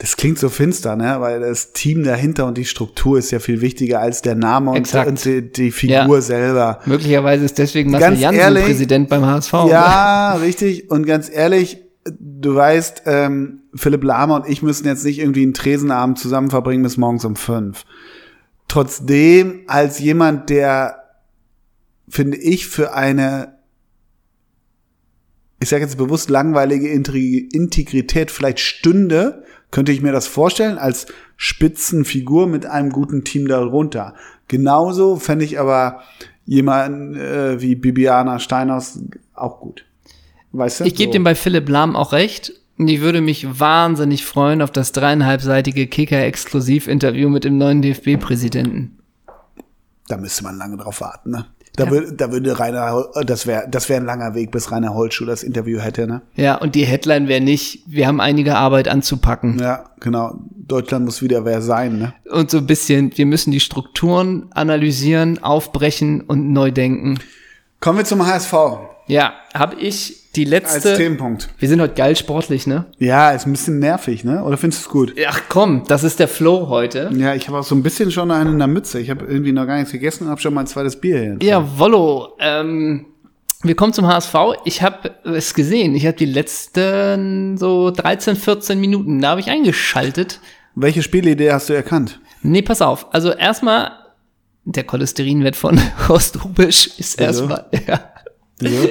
A: Das klingt so finster, ne? Weil das Team dahinter und die Struktur ist ja viel wichtiger als der Name und,
B: Exakt.
A: und die, die Figur
B: Ja.
A: selber.
B: Möglicherweise ist deswegen Marcel
A: Ganz
B: Jansen
A: ehrlich,
B: Präsident beim HSV.
A: Ja, richtig. Und ganz ehrlich, du weißt, ähm, Philipp Lahmer und ich müssen jetzt nicht irgendwie einen Tresenabend zusammen verbringen bis morgens um fünf. Trotzdem, als jemand, der, finde ich, für eine, ich sage jetzt bewusst langweilige Intri- Integrität vielleicht stünde, könnte ich mir das vorstellen, als Spitzenfigur mit einem guten Team darunter. Genauso fände ich aber jemanden äh, wie Bibiana Steinhaus auch gut. Weißt du?
B: Ich gebe
A: So.
B: dem bei Philipp Lahm auch recht. Und ich würde mich wahnsinnig freuen auf das dreieinhalbseitige Kicker-Exklusiv-Interview mit dem neuen DFB-Präsidenten.
A: Da müsste man lange drauf warten, ne? Da, würde, da würde Rainer, Hol- äh, das wäre das wäre ein langer Weg, bis Rainer Holschuh das Interview hätte, ne?
B: Ja, und die Headline wäre nicht, wir haben einige Arbeit anzupacken.
A: Ja, genau. Deutschland muss wieder wer sein, ne?
B: Und so ein bisschen, wir müssen die Strukturen analysieren, aufbrechen und neu denken.
A: Kommen wir zum HSV.
B: Ja, habe ich die letzte.
A: Als Themenpunkt.
B: Wir sind heute geil sportlich, ne?
A: Ja, ist ein bisschen nervig, ne? Oder findest du es gut?
B: Ach komm, das ist der Flow heute.
A: Ja, ich habe auch so ein bisschen schon einen in der Mütze. Ich habe irgendwie noch gar nichts gegessen und habe schon mein zweites Bier hier.
B: Ja, Wollo, ähm, wir kommen zum HSV. Ich habe es gesehen. Ich habe die letzten so 13, 14 Minuten, da habe ich eingeschaltet.
A: Welche Spielidee hast du
B: *laughs*
A: erkannt?
B: Nee, pass auf. Also erstmal, der Cholesterinwert von *laughs* Horst Rubisch ist
A: Wieso?
B: erstmal, ja.
A: Wieso?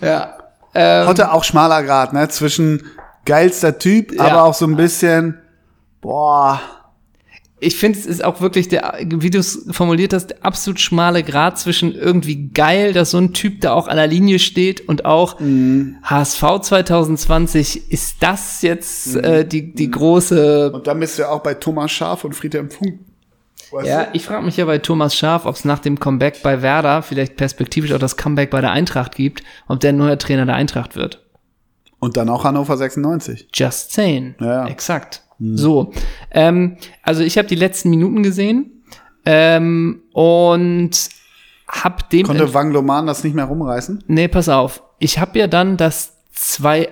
B: ja. ähm,
A: Heute auch schmaler Grad, ne? Zwischen geilster Typ,
B: Ja.
A: aber auch so ein bisschen, boah,
B: Ich finde, es ist auch wirklich der, wie du es formuliert hast, der absolut schmale Grad zwischen irgendwie geil, dass so ein Typ da auch an der Linie steht und auch HSV 2020, ist das jetzt äh, die, die große
A: Und dann bist du ja auch bei Thomas Schaf und Friedhelm Funk. Weißt
B: Ja, ich frage mich ja bei Thomas Schaf, ob es nach dem Comeback bei Werder vielleicht perspektivisch auch das Comeback bei der Eintracht gibt, ob der ein neuer Trainer der Eintracht wird.
A: Und dann auch Hannover 96.
B: Just saying.
A: Ja. Hm.
B: Exakt. So. Ähm, also ich habe die letzten Minuten gesehen ähm, und hab dem.
A: Konnte Wangloman das nicht mehr rumreißen?
B: nee, pass auf. Ich habe ja dann das 2.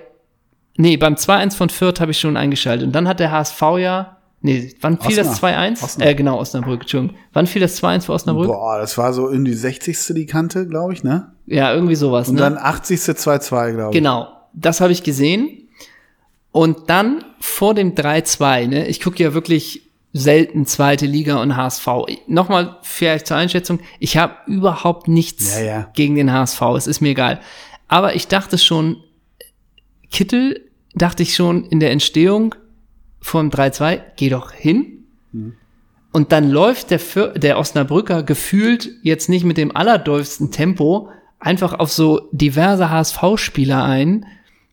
B: Nee, beim 2-1 von Fürth habe ich schon eingeschaltet. Und dann hat der HSV ja. Nee, wann fiel das
A: Osnabrück.
B: 2-1? Äh, genau, Osnabrück, Entschuldigung. Wann fiel das 2-1 für Osnabrück?
A: Boah, das war so in die 60. die Kante, glaube ich, ne?
B: Ja, irgendwie sowas.
A: Und
B: ne?
A: dann 80. 2-2, glaube ich.
B: Genau, das habe ich gesehen. Und dann vor dem 3-2, ne, ich gucke ja wirklich selten zweite Liga und HSV. Nochmal vielleicht zur Einschätzung, ich habe überhaupt nichts
A: Ja, ja.
B: gegen den HSV, es ist mir egal. Aber ich dachte schon, Kittel dachte ich schon in der Entstehung vor dem 3-2, geh doch hin,
A: Mhm.
B: und dann läuft der, Für der Osnabrücker gefühlt jetzt nicht mit dem allerdolfsten Tempo einfach auf so diverse HSV-Spieler ein.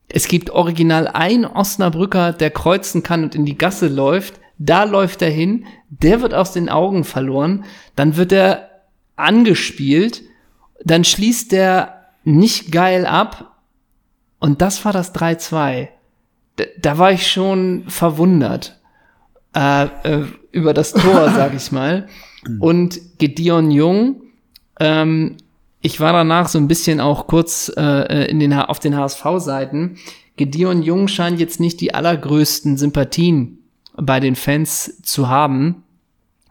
B: Es gibt original einen Osnabrücker, der kreuzen kann und in die Gasse läuft. Da läuft er hin. Der wird aus den Augen verloren. Dann wird er angespielt. Dann schließt der nicht geil ab. Und das war das 3-2. Da, da war ich schon verwundert äh, äh, über das Tor, sag ich mal. Und Gideon Jung, ähm, ich war danach so ein bisschen auch kurz äh, in den, H- auf den HSV-Seiten. Gideon Jung scheint jetzt nicht die allergrößten Sympathien bei den Fans zu haben.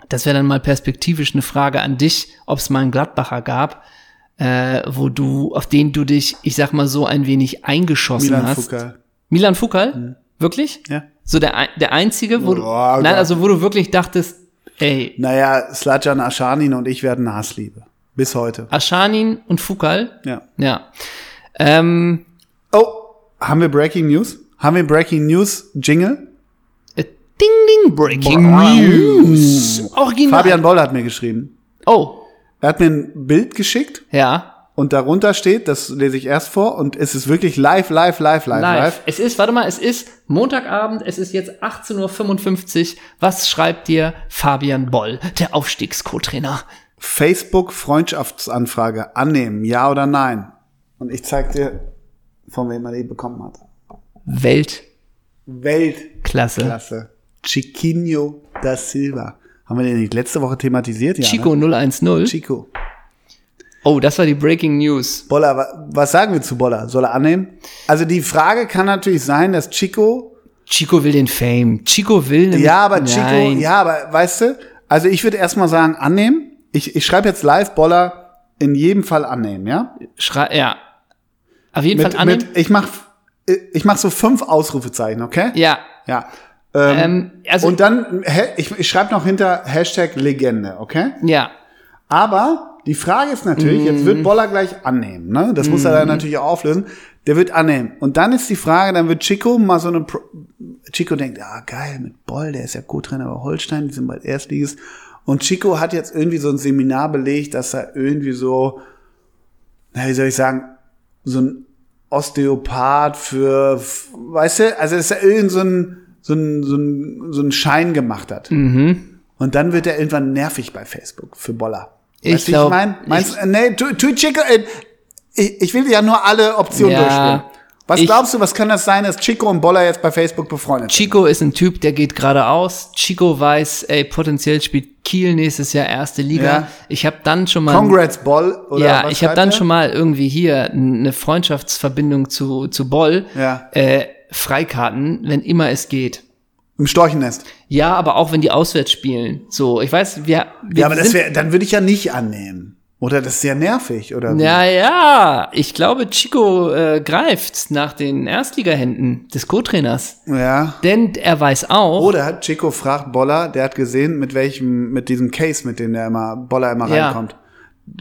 B: Das wäre dann mal perspektivisch eine Frage an dich, ob es mal einen Gladbacher gab, äh, wo du, auf den du dich, ich sag mal so, ein wenig eingeschossen
A: Milan
B: hast.
A: Fukal.
B: Milan Fukal? Wirklich?
A: Ja.
B: So der, ein- der einzige, wo du,
A: Boah,
B: nein,
A: Hm. Oh, Gott.
B: also wo du wirklich dachtest, ey,
A: Naja, Slatjan Aschanin und ich werden Hassliebe. Bis heute.
B: Aschanin und Fukal,
A: Ja.
B: ja. Ähm,
A: Oh, haben wir Breaking News? Haben wir Breaking News Jingle?
B: äh, ding, ding, Breaking
A: Boah.
B: News. Original.
A: Fabian Boll hat mir geschrieben.
B: Oh,
A: Er hat mir ein Bild geschickt
B: ja,
A: und darunter steht, das lese ich erst vor und es ist wirklich live, live, live, live,
B: live.
A: live.
B: Es ist, warte mal, es ist Montagabend, es ist jetzt 18.55 Uhr. Was schreibt dir Fabian Boll, der Aufstiegs-Co-Trainer?
A: Facebook Freundschaftsanfrage annehmen, ja oder nein? Und ich zeig dir, von wem er die bekommen hat.
B: Weltklasse.
A: Weltklasse. Chiquinho da Silva. Haben wir den nicht letzte Woche thematisiert? Ja,
B: Chico
A: Ne?
B: 010.
A: Chico.
B: Oh, das war die Breaking News.
A: Boller, wa- was sagen wir zu Boller? Soll er annehmen? Also die Frage kann natürlich sein, dass Chico,
B: Chico will den Fame. Chico will nämlich-
A: ja, aber Chico,
B: Nein.
A: ja, aber weißt du, also ich würde erstmal sagen, annehmen. Ich, ich schreibe jetzt live Boller in jedem Fall annehmen, ja?
B: Schrei ja. Auf jeden
A: Mit,
B: Fall annehmen.
A: mit, ich mach, ich mach so fünf Ausrufezeichen, okay?
B: ja.
A: Ja. Ähm,
B: Ähm, also,
A: und dann, hä- ich, ich schreibe noch hinter Hashtag Legende, okay?
B: ja.
A: Aber die Frage ist natürlich, jetzt wird Boller gleich annehmen, ne? Das muss er dann natürlich auch auflösen. Der wird annehmen. Und dann ist die Frage, dann wird Chico mal so eine, Pro Chico denkt, ah, geil, mit Boll, der ist ja Co-Trainer bei Holstein, die sind bald Erstligist. Und Chico hat jetzt irgendwie so ein Seminar belegt, dass er irgendwie so, na, wie soll ich sagen, so ein Osteopath für, f- weißt du, also dass er irgend so ein, so ein, so ein, so ein Schein gemacht hat.
B: Mhm.
A: Und dann wird er irgendwann nervig bei Facebook für Boller.
B: Ich
A: Weißt du, wie
B: glaub,
A: ich mein? Meinst, du, äh, nee, tu, tu Chico, äh, ich, ich will ja nur alle Optionen
B: Ja.
A: durchspielen. Was
B: Ich-
A: glaubst du, was kann das sein, dass Chico und Boller jetzt bei Facebook befreundet sind?
B: Chico ist ein Typ, der geht geradeaus. Chico weiß, ey, potenziell spielt Kiel nächstes Jahr erste Liga.
A: Ja.
B: Ich habe dann schon mal
A: Congrats, Boll. Oder
B: ja,
A: was
B: ich habe
A: schreibt
B: dann
A: er?
B: schon mal irgendwie hier eine Freundschaftsverbindung zu, zu Boll.
A: Ja.
B: Äh, Freikarten, wenn immer es geht.
A: Im Storchennest.
B: Ja, aber auch wenn die auswärts spielen. So, ich weiß, wir, wir
A: Ja, aber das
B: sind-
A: wäre, dann würde ich ja nicht annehmen. Oder das ist ja nervig, oder? wie?
B: Ja, ja, ich glaube, Chico äh, greift nach den Erstligahänden des Co-Trainers.
A: ja.
B: Denn er weiß auch,
A: Oder hat Chico fragt Boller, der hat gesehen, mit welchem, mit diesem Case, mit dem der immer, Boller immer
B: Ja.
A: reinkommt.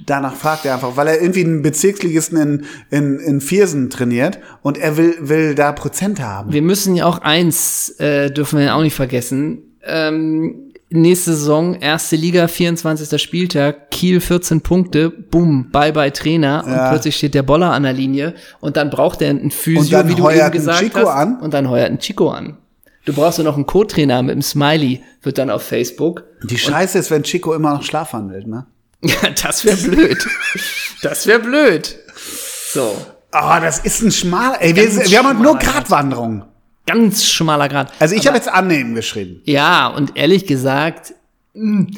A: Danach fragt er einfach, weil er irgendwie einen Bezirksligisten in, in, in Viersen trainiert und er will, will da Prozent haben.
B: wir müssen ja auch eins, äh, dürfen wir auch nicht vergessen. Ähm, nächste Saison, erste Liga, 24. Spieltag, Kiel 14 Punkte, boom, bye bye Trainer.
A: Ja.
B: Und plötzlich steht der Boller an der Linie und dann braucht er einen Physio,
A: Und dann
B: wie du
A: heuert
B: eben
A: ein
B: gesagt
A: Chico
B: hast.
A: an.
B: Und dann heuert ein Chico an. Du brauchst ja noch einen Co-Trainer mit einem Smiley, wird dann auf Facebook.
A: Die Scheiße ist, wenn Chico immer noch schlafwandelt, ne?
B: Ja, das wäre blöd. Das wäre blöd. So,
A: Ah, das ist ein schmal, ey, wir,
B: Ganz
A: wir haben heute nur
B: schmaler Grad.
A: Gratwanderungen.
B: ganz schmaler Grad.
A: Also ich habe jetzt annehmen geschrieben.
B: Ja, und ehrlich gesagt, mh,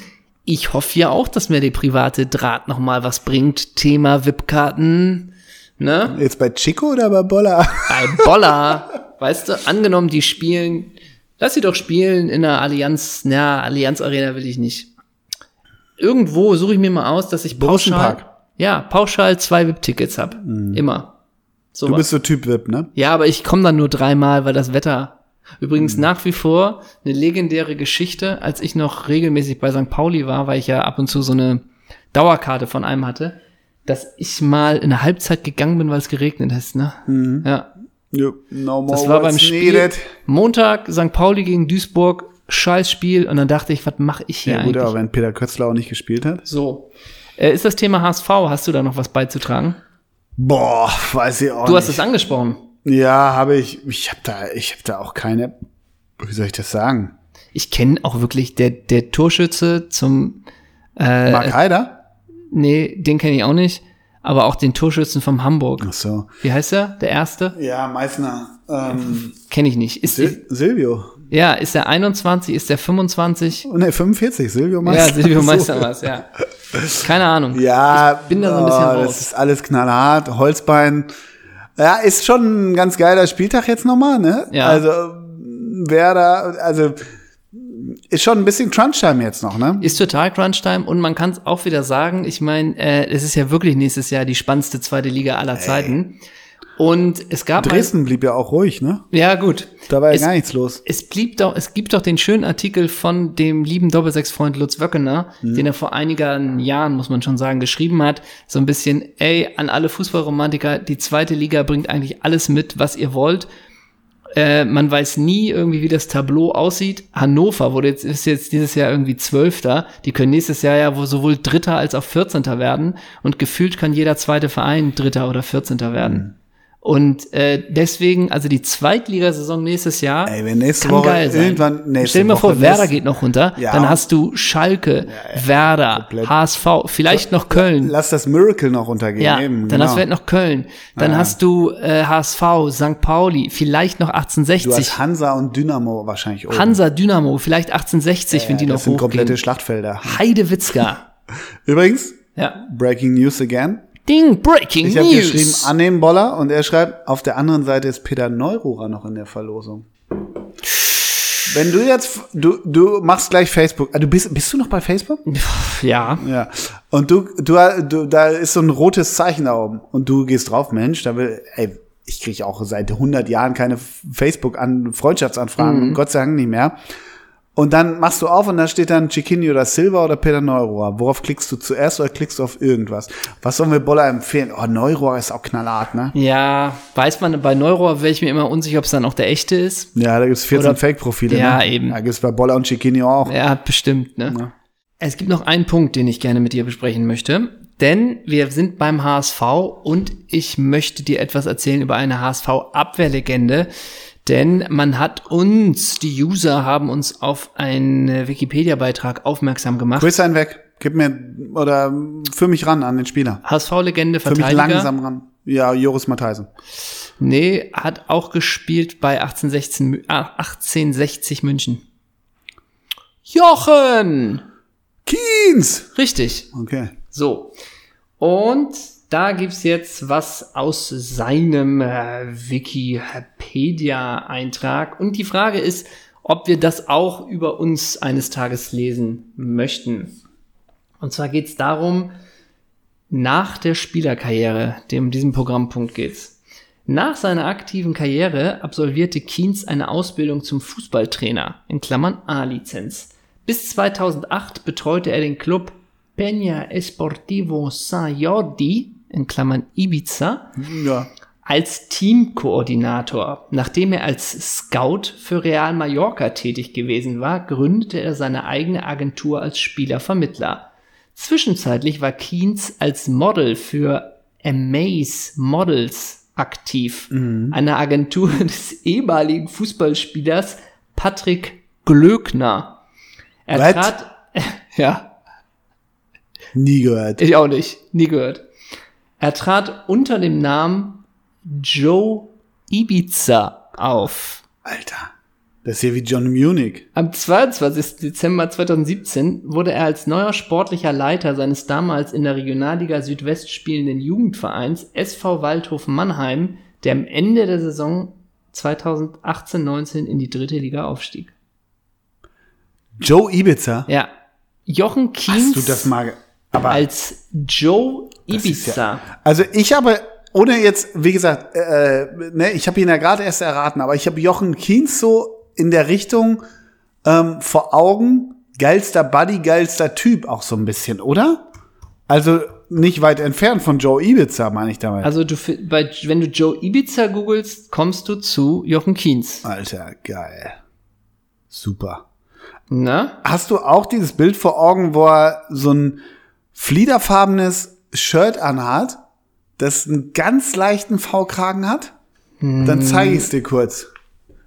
B: ich hoffe ja auch, dass mir der private Draht noch mal was bringt. Thema VIP-Karten, ne?
A: Jetzt bei Chico oder bei Boller?
B: Bei *laughs* Boller, weißt du, angenommen, die spielen, lass sie doch spielen in der Allianz, na, Allianz Arena will ich nicht. Irgendwo suche ich mir mal aus, dass ich pauschal,
A: Borussenpark.
B: ja, pauschal zwei VIP-Tickets hab. Immer.
A: *laughs*
B: So
A: Du bist so Typ Wip, ne?
B: Ja, aber ich komme dann nur dreimal, weil das Wetter. Übrigens
A: Mhm.
B: nach wie vor eine legendäre Geschichte, als ich noch regelmäßig bei St. Pauli war, weil ich ja ab und zu so eine Dauerkarte von einem hatte, dass ich mal in der Halbzeit gegangen bin, weil es geregnet ist, ne?
A: Mhm.
B: Ja.
A: Yep. No more
B: Das war beim
A: what's
B: Spiel
A: needed.
B: Montag St. Pauli gegen Duisburg, scheiß Spiel und dann dachte ich, was mache ich hier
A: Ja, gut,
B: eigentlich?
A: aber wenn Peter Kötzler auch nicht gespielt hat.
B: So. Äh, ist das Thema HSV, hast du da noch was beizutragen?
A: Boah, weiß ich auch
B: Du
A: Oh, nicht.
B: hast es angesprochen.
A: Ja, habe ich. Ich habe da, ich habe da auch keine. Wie soll ich das sagen?
B: Ich kenne auch wirklich der der Torschütze zum Äh,
A: Mark Heider?
B: Nee, den kenne ich auch nicht. Aber auch den Torschützen vom Hamburg.
A: Ach so.
B: Wie heißt er? Der erste?
A: Ja, Meißner. Ähm,
B: Kenne ich nicht. Ist
A: Sil Silvio.
B: ja, ist der 21, ist der 25?
A: Oh, ne, 45. Silvio Meister.
B: Ja,
A: *laughs*
B: Silvio
A: So.
B: Meister war's, ja. Keine Ahnung.
A: Ja,
B: Ich bin da so ein bisschen
A: oh,
B: raus.
A: Das ist alles knallhart. Holzbein. Ja, ist schon ein ganz geiler Spieltag jetzt nochmal, ne?
B: Ja.
A: Also, wer da, also, ist schon ein bisschen Crunch-Time jetzt noch, ne?
B: Ist total Crunch-Time und man kann es auch wieder sagen, ich meine, äh, es ist ja wirklich nächstes Jahr die spannendste zweite Liga aller Zeiten. Und es gab mal-
A: Dresden blieb ja auch ruhig, ne?
B: ja gut.
A: Da war ja
B: es,
A: gar nichts los.
B: es blieb doch, es gibt doch den schönen Artikel von dem lieben Doppelsechs-Freund Lutz Wöckener, den er vor einigen Jahren, muss man schon sagen, geschrieben hat. So ein bisschen, ey, an alle Fußballromantiker, die zweite Liga bringt eigentlich alles mit, was ihr wollt. Äh, man weiß nie irgendwie, wie das Tableau aussieht. Hannover wurde jetzt, ist jetzt dieses Jahr irgendwie Zwölfter. Die können nächstes Jahr ja wohl sowohl Dritter als auch Vierzehnter werden. Und gefühlt kann jeder zweite Verein Dritter oder Vierzehnter
A: Mhm.
B: werden. Und äh, deswegen, also die Zweitligasaison nächstes Jahr.
A: Ey, wenn nächste
B: Kann
A: Woche
B: geil sein.
A: irgendwann nächste
B: Stell dir mal vor,
A: Woche
B: Werder
A: nächst-
B: geht noch runter,
A: Ja.
B: dann hast du Schalke, Werder,
A: Komplett.
B: HSV, vielleicht noch Köln.
A: Lass das Miracle noch untergehen.
B: Ja,
A: eben, genau.
B: dann hast du vielleicht noch Köln. Dann hast du äh, HSV, St. Pauli, vielleicht noch
A: du hast
B: 1860.
A: Hansa und Dynamo wahrscheinlich oben.
B: Hansa Dynamo, vielleicht 1860, wenn die noch
A: das sind komplette
B: hochgehen.
A: Schlachtfelder.
B: Heidewitzka.
A: *laughs* Übrigens,
B: Ja.
A: Breaking News again.
B: Ding, Breaking
A: Ich habe geschrieben,
B: News.
A: annehmen Boller und er schreibt, auf der anderen Seite ist Peter Neururer noch in der Verlosung. Wenn du jetzt, f- du, du machst gleich Facebook. Ah, Du bist, bist du noch bei Facebook?
B: ja.
A: Ja. Und du, du, du, da ist so ein rotes Zeichen da oben. Und du gehst drauf, Mensch, da will, ey, ich kriege auch seit 100 Jahren keine
B: Mhm.
A: Facebook-Freundschaftsanfragen, Gott sei Dank nicht mehr. Und dann machst du auf und da steht dann Chiquini oder Silva oder Peter Neurohr. Worauf klickst du zuerst oder klickst du auf irgendwas? Was sollen wir Boller empfehlen? Oh, Neurohr ist auch knallhart, ne?
B: Ja, weiß man, bei Neurohr wäre ich mir immer unsicher, ob es dann auch der echte ist.
A: Ja, da gibt's 14
B: Oder-
A: Fake-Profile.
B: Ja,
A: ne?
B: eben.
A: Da gibt's bei Boller und Chiquini auch.
B: Ja, bestimmt, ne?
A: Ja.
B: Es gibt noch einen Punkt, den ich gerne mit dir besprechen möchte. Denn wir sind beim HSV und ich möchte dir etwas erzählen über eine HSV-Abwehrlegende. Denn man hat uns, die User haben uns auf einen Wikipedia-Beitrag aufmerksam gemacht.
A: Quiz ein weg. Gib mir, oder führ mich ran an den Spieler.
B: HSV-Legende,
A: Führ mich
B: Verteidiger.
A: langsam ran. Ja, Joris Matheisen.
B: Nee, hat auch gespielt bei 1816, Mü- ah, 1860 München. Jochen!
A: Keens!
B: Richtig.
A: Okay.
B: So. Und da gibt's jetzt was aus seinem äh, Wikipedia-Eintrag. Und die Frage ist, ob wir das auch über uns eines Tages lesen möchten. Und zwar geht's darum, nach der Spielerkarriere, dem um diesen Programmpunkt geht's. Nach seiner aktiven Karriere absolvierte Kienz eine Ausbildung zum Fußballtrainer, in Klammern A-Lizenz. Bis 2008 betreute er den Club Peña Esportivo Sayodi, in Klammern Ibiza,
A: Ja.
B: als Teamkoordinator. Nachdem er als Scout für Real Mallorca tätig gewesen war, gründete er seine eigene Agentur als Spielervermittler. Zwischenzeitlich war Keens als Model für Amaze Models aktiv, einer Agentur *laughs* des ehemaligen Fußballspielers Patrick Glöckner. Er
A: What?
B: trat, *laughs* ja,
A: Nie gehört.
B: ich auch nicht. Nie gehört. Er trat unter dem Namen Joe Ibiza auf.
A: Alter. Das ist ja wie John Munich.
B: Am 22. Dezember 2017 wurde er als neuer sportlicher Leiter seines damals in der Regionalliga Südwest spielenden Jugendvereins SV Waldhof Mannheim, der am Ende der Saison 2018-19 in die dritte Liga aufstieg.
A: Joe Ibiza.
B: Ja. Jochen Kienz
A: Hast du das mal. ge- Aber
B: als Joe
A: Das ist
B: Ibiza.
A: Ja, also ich habe, ohne jetzt, wie gesagt, äh, ne, ich habe ihn ja gerade erst erraten, aber ich habe Jochen Kienz so in der Richtung ähm, vor Augen, geilster Buddy, geilster Typ auch so ein bisschen, oder? Also nicht weit entfernt von Joe Ibiza, meine ich damit.
B: Also du, fi- bei, wenn du Joe Ibiza googelst, kommst du zu Jochen Kienz.
A: Alter, geil. Super.
B: Na?
A: Hast du auch dieses Bild vor Augen, wo er so ein fliederfarbenes Shirt anhat, das einen ganz leichten V-Kragen hat? Dann zeige ich es dir kurz.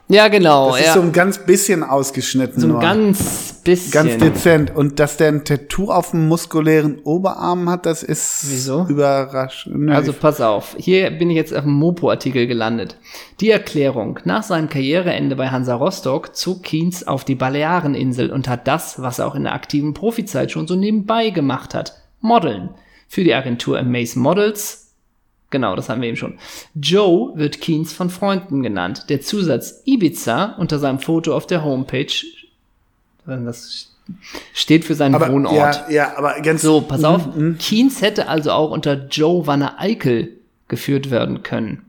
B: Ja, genau.
A: Das
B: ja.
A: ist so ein ganz bisschen ausgeschnitten
B: so ein
A: nur.
B: ganz bisschen.
A: ganz dezent. Und dass der ein Tattoo auf dem muskulären Oberarm hat, das ist
B: Wieso?
A: überraschend. Nö,
B: Also pass auf, hier bin ich jetzt auf dem Mopo-Artikel gelandet. Die Erklärung. Nach seinem Karriereende bei Hansa Rostock zog Kienz auf die Baleareninsel und hat das, was er auch in der aktiven Profizeit schon so nebenbei gemacht hat, Modeln. Für die Agentur Amaze Models. Genau, das haben wir eben schon. Joe wird Kienz von Freunden genannt. Der Zusatz Ibiza unter seinem Foto auf der Homepage das steht für seinen
A: aber,
B: Wohnort.
A: Ja, ja, aber ganz
B: So, pass auf.
A: Mhm,
B: Keens hätte also auch unter Joe Van der Eichel geführt werden können.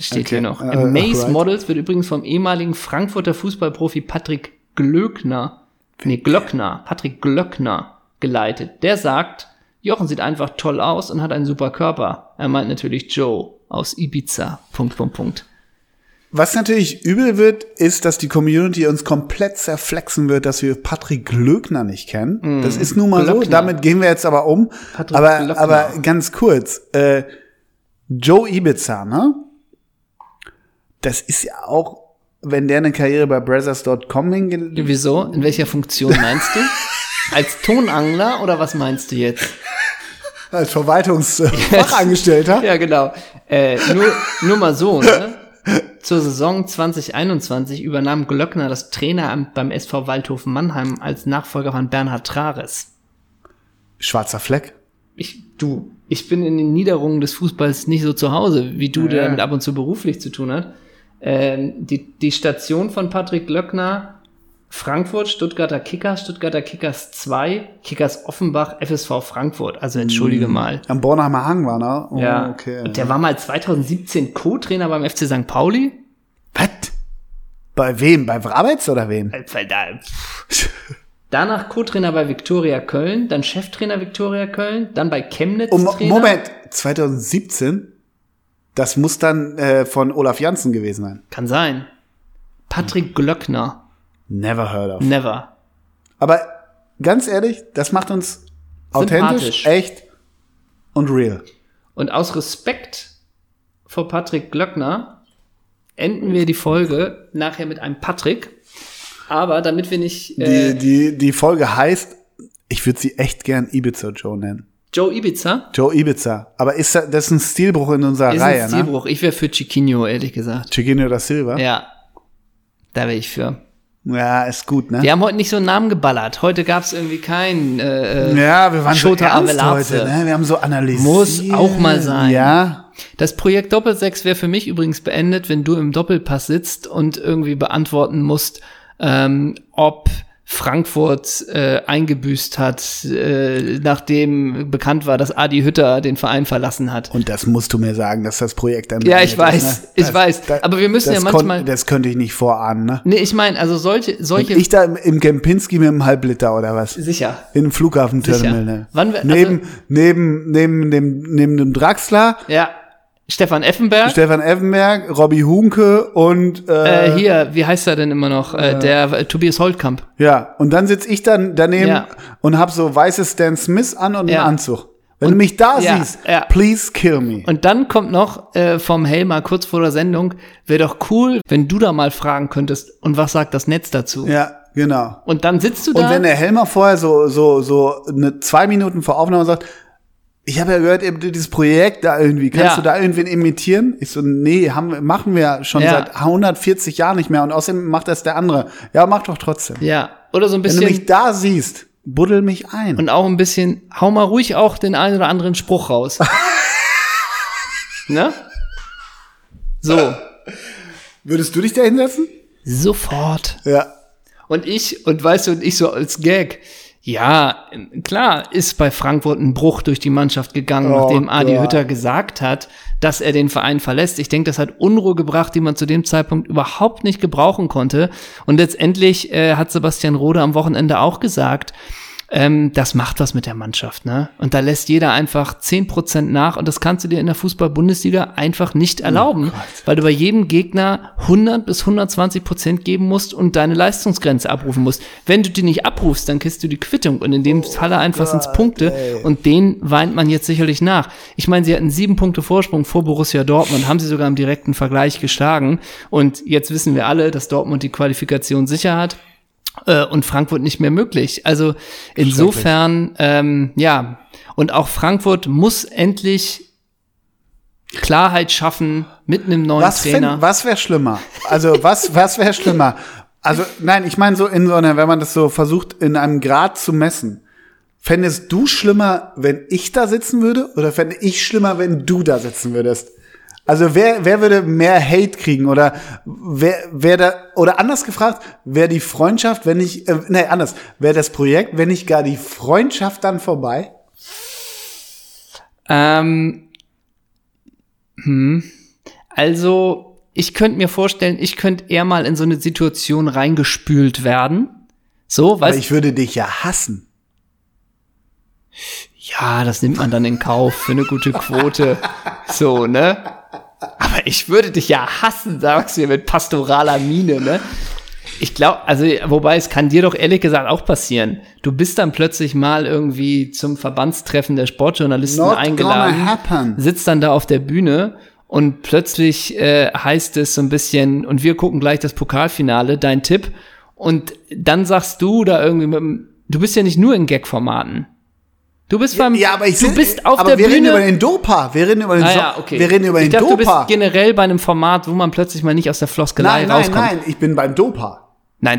B: Steht
A: Okay,
B: hier noch.
A: äh,
B: Amaze
A: alright.
B: Models wird übrigens vom ehemaligen Frankfurter Fußballprofi Patrick Glöckner, nee, Glöckner, Patrick Glöckner geleitet. Der sagt, Jochen sieht einfach toll aus und hat einen super Körper. Er meint natürlich Joe aus Ibiza. Punkt, Punkt, Punkt.
A: Was natürlich übel wird, ist, dass die Community uns komplett zerflexen wird, dass wir Patrick Glöckner nicht kennen. Das ist nun mal so.
B: Glöckner.
A: Damit gehen wir jetzt aber um.
B: Mhm. Patrick
A: aber,
B: Glöckner.
A: aber ganz kurz. Äh, Joe Ibiza, ne? Das ist ja auch, wenn der eine Karriere bei Brothers.com hingelegt
B: Wieso? In welcher Funktion meinst
A: *laughs*
B: du? Als Tonangler oder was meinst du jetzt?
A: als äh,
B: *laughs*
A: Verwaltungsfachangestellter.
B: Ja, genau. Äh, nur, nur mal so, ne? Zur Saison 2021 übernahm Glöckner das Traineramt beim SV Waldhofen Mannheim als Nachfolger von Bernhard Trares.
A: Schwarzer Fleck.
B: Ich, du, ich bin in den Niederungen des Fußballs nicht so zu Hause, wie du, der
A: Ja.
B: damit ab und zu beruflich zu tun hat. Ähm, die, die Station von Patrick Glöckner, Frankfurt, Stuttgarter Kickers, Stuttgarter Kickers 2, Kickers Offenbach, FSV Frankfurt. Also entschuldige mal.
A: Am Bornheimer Hang war, ne? Oh,
B: Ja.
A: Okay.
B: Und der war mal 2017 Co-Trainer beim FC St. Pauli.
A: Was? Bei wem? Bei Wrabetz oder wem?
B: Weil da-
A: *laughs*
B: pff. Danach Co-Trainer bei Viktoria Köln, dann Cheftrainer Viktoria Köln, dann bei Chemnitz.
A: Um,
B: Trainer.
A: Moment, 2017? Das muss dann äh, von Olaf Janssen gewesen sein.
B: Kann sein. Patrick Glöckner.
A: Never heard of.
B: Never.
A: Aber ganz ehrlich, das macht uns authentisch,
B: Sympathisch.
A: echt und real.
B: Und aus Respekt vor Patrick Glöckner enden wir die Folge nachher mit einem Patrick. Aber damit wir nicht.
A: Die,
B: äh,
A: die, die Folge heißt, ich würde sie echt gern Ibiza Joe nennen.
B: Joe Ibiza?
A: Joe Ibiza. Aber ist das, das ist ein Stilbruch in unserer
B: Ist
A: Reihe,
B: ein
A: ne?
B: Stilbruch. Ich wäre für Chiquinho, ehrlich gesagt.
A: Chiquinho da Silva. Ja.
B: Ja. Da wäre ich für.
A: ist gut, ne?
B: Wir haben heute nicht so einen Namen geballert. Heute gab es irgendwie keinen. Äh, äh,
A: Ja, wir waren schon
B: Schote
A: ernst
B: Avelaze.
A: heute, ne? Wir haben so analysiert.
B: Muss auch mal sein.
A: Ja.
B: Das Projekt Doppelsechs wäre für mich übrigens beendet, wenn du im Doppelpass sitzt und irgendwie beantworten musst, ähm, ob Frankfurt äh, eingebüßt hat, äh, nachdem bekannt war, dass Adi Hütter den Verein verlassen hat.
A: Und das musst du mir sagen, dass das Projekt dann.
B: Ja, ich
A: beendet
B: weiß,
A: ist, ne?
B: ich weiß. Aber wir müssen
A: das
B: ja manchmal-
A: Kon das könnte ich nicht vorahnen, ne?
B: Nee, ich meine, also solche,
A: Und
B: solche
A: ich da im, im Kempinski mit einem Halbliter oder was?
B: sicher.
A: Im Flughafenterminal,
B: Sicher.
A: ne?
B: Wann wir- also-
A: neben, neben, neben dem, neben dem Draxler,
B: Ja. Stefan Effenberg,
A: Stefan Effenberg, Robbie Hunke und, äh,
B: äh, hier, wie heißt er denn immer noch? Äh, der äh, Tobias Holtkamp.
A: ja. Und dann sitz ich dann daneben
B: Ja.
A: und hab so weißes Stan Smith an und
B: Ja.
A: einen Anzug. Wenn du mich da
B: ja,
A: siehst,
B: ja.
A: please kill me.
B: Und dann kommt noch äh, vom Helmer kurz vor der Sendung, wäre doch cool, wenn du da mal fragen könntest, und was sagt das Netz dazu?
A: ja, genau.
B: Und dann sitzt du da.
A: Und wenn der Helmer vorher so, so, so eine, zwei Minuten vor Aufnahme sagt, ich habe ja gehört, ihr habt dieses Projekt da irgendwie, kannst
B: Ja.
A: du da irgendwen imitieren? Ich so, nee, haben, wir- machen wir schon
B: Ja.
A: seit 140 Jahren nicht mehr und außerdem macht das der andere. Ja, mach doch trotzdem.
B: ja, oder so ein
A: Wenn du mich
B: bisschen.
A: da siehst, buddel mich ein.
B: Und auch ein bisschen, hau mal ruhig auch den einen oder anderen
A: *laughs*
B: Spruch raus. ne?
A: *laughs*
B: So,
A: Würdest du dich da hinsetzen?
B: sofort.
A: Ja.
B: Und ich, und weißt du, und ich so als Gag. Ja, klar ist bei Frankfurt ein Bruch durch die Mannschaft gegangen,
A: Oh
B: nachdem Adi
A: Gott.
B: Hütter gesagt hat, dass er den Verein verlässt. Ich denke, das hat Unruhe gebracht, die man zu dem Zeitpunkt überhaupt nicht gebrauchen konnte. Und letztendlich äh, hat Sebastian Rode am Wochenende auch gesagt, ähm, das macht was mit der Mannschaft, ne? Und da lässt jeder einfach 10% nach und das kannst du dir in der Fußball-Bundesliga einfach nicht erlauben, weil du bei jedem Gegner 100 bis 120% geben musst und deine Leistungsgrenze abrufen musst. Wenn du die nicht abrufst, dann kriegst du die Quittung und in dem Falle einfach sind's Punkte und den weint man jetzt sicherlich nach. Ich meine, sie hatten sieben Punkte Vorsprung vor Borussia Dortmund, haben sie sogar im direkten Vergleich geschlagen und jetzt wissen wir alle, dass Dortmund die Qualifikation sicher hat äh, und Frankfurt nicht mehr möglich. Also insofern, ähm, ja, und auch Frankfurt muss endlich Klarheit schaffen mit einem neuen
A: Was, find-
B: Trainer.
A: was wäre schlimmer? Also was, was wäre schlimmer? Also nein, ich meine so in so einer, wenn man das so versucht, in einem Grad zu messen. Fändest du schlimmer, wenn ich da sitzen würde? Oder fände ich schlimmer, wenn du da sitzen würdest? Also wer, wer würde mehr Hate kriegen? Oder wer, wer da, oder anders gefragt, wer die Freundschaft, wenn ich, äh, nee, anders, wäre das Projekt, wenn nicht gar die Freundschaft dann vorbei?
B: ähm, hm. Also ich könnte mir vorstellen, ich könnte eher mal in so eine Situation reingespült werden. So,
A: Weil
B: weil
A: ich würde dich ja hassen.
B: ja, das nimmt man dann in Kauf für eine gute Quote. So, ne? Aber ich würde dich ja hassen, sagst du mir mit pastoraler Miene, ne? Ich glaube, also, wobei es kann dir doch ehrlich gesagt auch passieren. Du bist dann plötzlich mal irgendwie zum Verbandstreffen der Sportjournalisten
A: Not
B: eingeladen,
A: gonna happen.
B: sitzt dann da auf der Bühne und plötzlich äh, heißt es so ein bisschen, und wir gucken gleich das Pokalfinale, dein Tipp. Und dann sagst du da irgendwie, mit, dem- du bist ja nicht nur in Gag-Formaten. Du bist beim,
A: Ja, aber ich
B: du
A: sit-
B: bist auf
A: aber
B: der
A: wir
B: Bühne.
A: reden über den Dopa. Wir reden über den,
B: Ah
A: so
B: ja, okay.
A: wir reden über
B: ich
A: den
B: dachte, du
A: Dopa.
B: bist generell bei einem Format, wo man plötzlich mal nicht aus der Floskelei
A: nein, nein,
B: rauskommt. Nein.
A: nein, ich bin beim Dopa.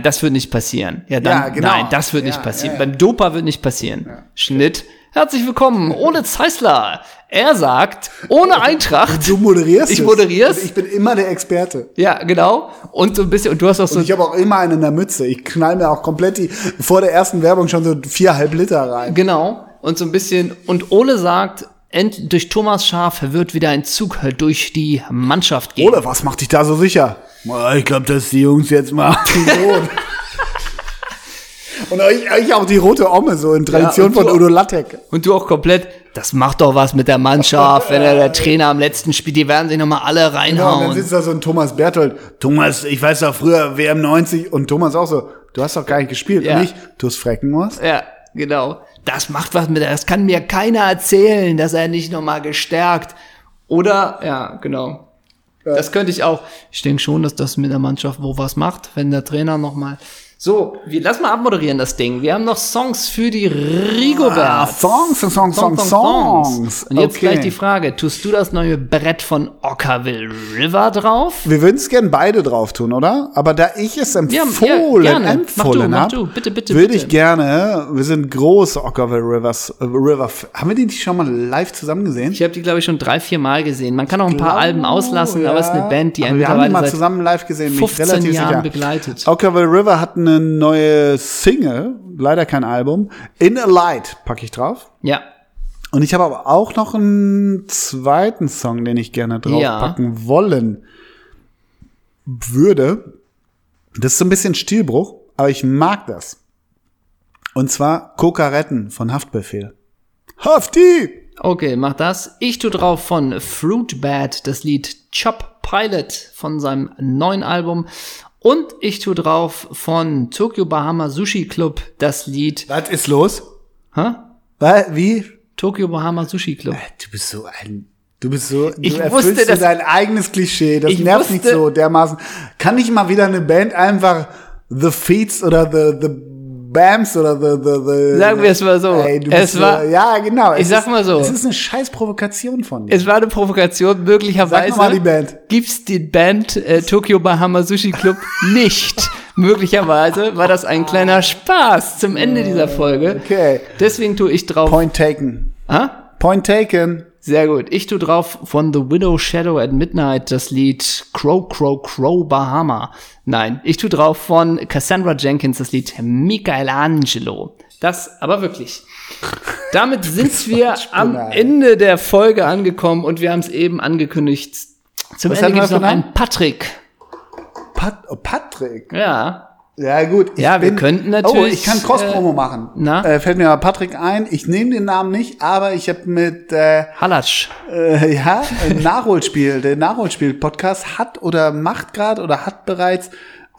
B: das wird nicht passieren. Ja, dann,
A: Ja, genau.
B: Nein, das wird
A: Ja,
B: nicht passieren.
A: ja,
B: Beim Dopa wird nicht passieren. Schnitt. Herzlich willkommen, ohne Zeissler. Er sagt, ohne Eintracht.
A: Du moderierst.
B: Ich
A: es.
B: moderier's?
A: Und Ich bin immer der Experte.
B: Ja, genau. Und so ein bisschen, und du hast auch so,
A: Und ich habe auch immer einen in der Mütze. Ich knall mir auch komplett die, vor der ersten Werbung schon so viereinhalb Liter rein.
B: genau. Und so ein bisschen, und Ole sagt, end, durch Thomas Schaf wird wieder ein Zug durch die Mannschaft gehen.
A: Ole, was macht dich da so sicher? Na, Ich glaube, dass die Jungs jetzt mal
B: *laughs*
A: rot. Und euch, euch auch die rote Omme, so in Tradition
B: und du-
A: von Udo Lattek.
B: Und du auch komplett, das macht doch was mit der Mannschaft, wenn er der Trainer am letzten Spiel, die werden sich nochmal alle
A: Ja, Genau, und dann
B: reinhauen.
A: sitzt da so ein Thomas Berthold. Thomas, ich weiß doch früher WM90 und Thomas auch so. Du hast doch gar nicht gespielt,
B: Ja.
A: und ich? Du hast frecken musst?
B: ja, genau. Das macht was mit, der- das kann mir keiner erzählen, dass er nicht nochmal gestärkt. Oder, ja, genau. Das könnte ich auch. Ich denke schon, dass das mit der Mannschaft wo was macht, wenn der Trainer nochmal So, wir, lass mal abmoderieren das Ding. Wir haben noch Songs für die
A: Ah,
B: Rigobert.
A: Songs, Songs, Songs, Songs, Songs.
B: Und jetzt
A: Okay.
B: gleich die Frage, tust du das neue Brett von Ockerville River drauf?
A: Wir würden es gern beide drauf tun, oder? Aber da ich es
B: ja,
A: empfohlen,
B: gerne. Mach du,
A: empfohlen
B: mach
A: hab,
B: du. Bitte, bitte,
A: würde
B: bitte.
A: ich gerne, wir sind große Ockerville Rivers, äh, River, F- haben wir den nicht schon mal live zusammen gesehen? Oh,
B: Ich habe die, glaube ich, schon drei, vier Mal gesehen. Man kann auch ein paar Alben auslassen, aber es ist eine Band, die
A: Aber
B: einen
A: wir haben die mal
B: mittlerweile seit
A: zusammen live gesehen, bin ich
B: 15
A: relativ
B: Jahren
A: sicher.
B: begleitet.
A: Ockerville River hat eine neue Single, leider kein Album, In a Light packe ich drauf.
B: Ja,
A: Und ich habe aber auch noch einen zweiten Song, den ich gerne
B: Ja.
A: draufpacken wollen würde. Das ist so ein bisschen Stilbruch, aber ich mag das. Und zwar Kokaretten von Haftbefehl. Hafti!
B: okay, mach das. Ich tu drauf von Fruitbat das Lied Chop Pilot von seinem neuen Album. Und ich tu drauf von Tokyo Bahama Sushi Club das Lied
A: Was ist los?
B: hä?
A: Wa- Wie?
B: Tokyo Bahama Sushi Club.
A: Du bist so ein. Du bist so. Du
B: Ich
A: erfüllst
B: wusste,
A: so
B: dass-
A: dein eigenes Klischee. Das
B: Ich
A: nervt
B: wusste-
A: nicht so dermaßen. Kann nicht mal wieder eine Band einfach The Feats oder The, the Bams oder The. the, the
B: Sagen wir es mal so.
A: Ey, du
B: Es
A: bist
B: war-
A: so, ja, genau.
B: Ich
A: es
B: sag
A: ist,
B: mal so.
A: Es ist eine scheiß Provokation von dir.
B: Es war eine Provokation,
A: Sag
B: möglicherweise.
A: noch mal die Band.
B: Gibt's die Band äh, Tokyo Bahama Sushi *laughs* Club nicht? möglicherweise war das ein kleiner Spaß zum Ende dieser Folge.
A: Okay.
B: Deswegen tue ich drauf.
A: Point taken.
B: Ha?
A: Point taken.
B: Sehr gut. Ich tue drauf von The Widow Shadow at Midnight das Lied Crow Crow Crow Bahama. Nein, ich tue drauf von Cassandra Jenkins das Lied Michelangelo. Das aber wirklich.
A: *laughs*
B: Damit sind wir am
A: Spinner, ey.
B: Ende der Folge angekommen und wir haben es eben angekündigt. Zum
A: Was
B: Ende
A: hatten wir
B: gibt es
A: für
B: noch
A: einen?
B: einen Patrick.
A: Pat oh, Patrick.
B: Ja.
A: Ja, gut. Ich
B: Ja, wir könnten
A: Oh,
B: natürlich,
A: ich kann Cross-Promo
B: äh,
A: machen.
B: na?
A: Äh, fällt mir mal Patrick ein. Ich nehme den Namen nicht, aber ich habe mit. Äh,
B: Halatsch.
A: Äh, ja, ein Nachholspiel. Der Nachholspiel-Podcast hat oder macht gerade oder hat bereits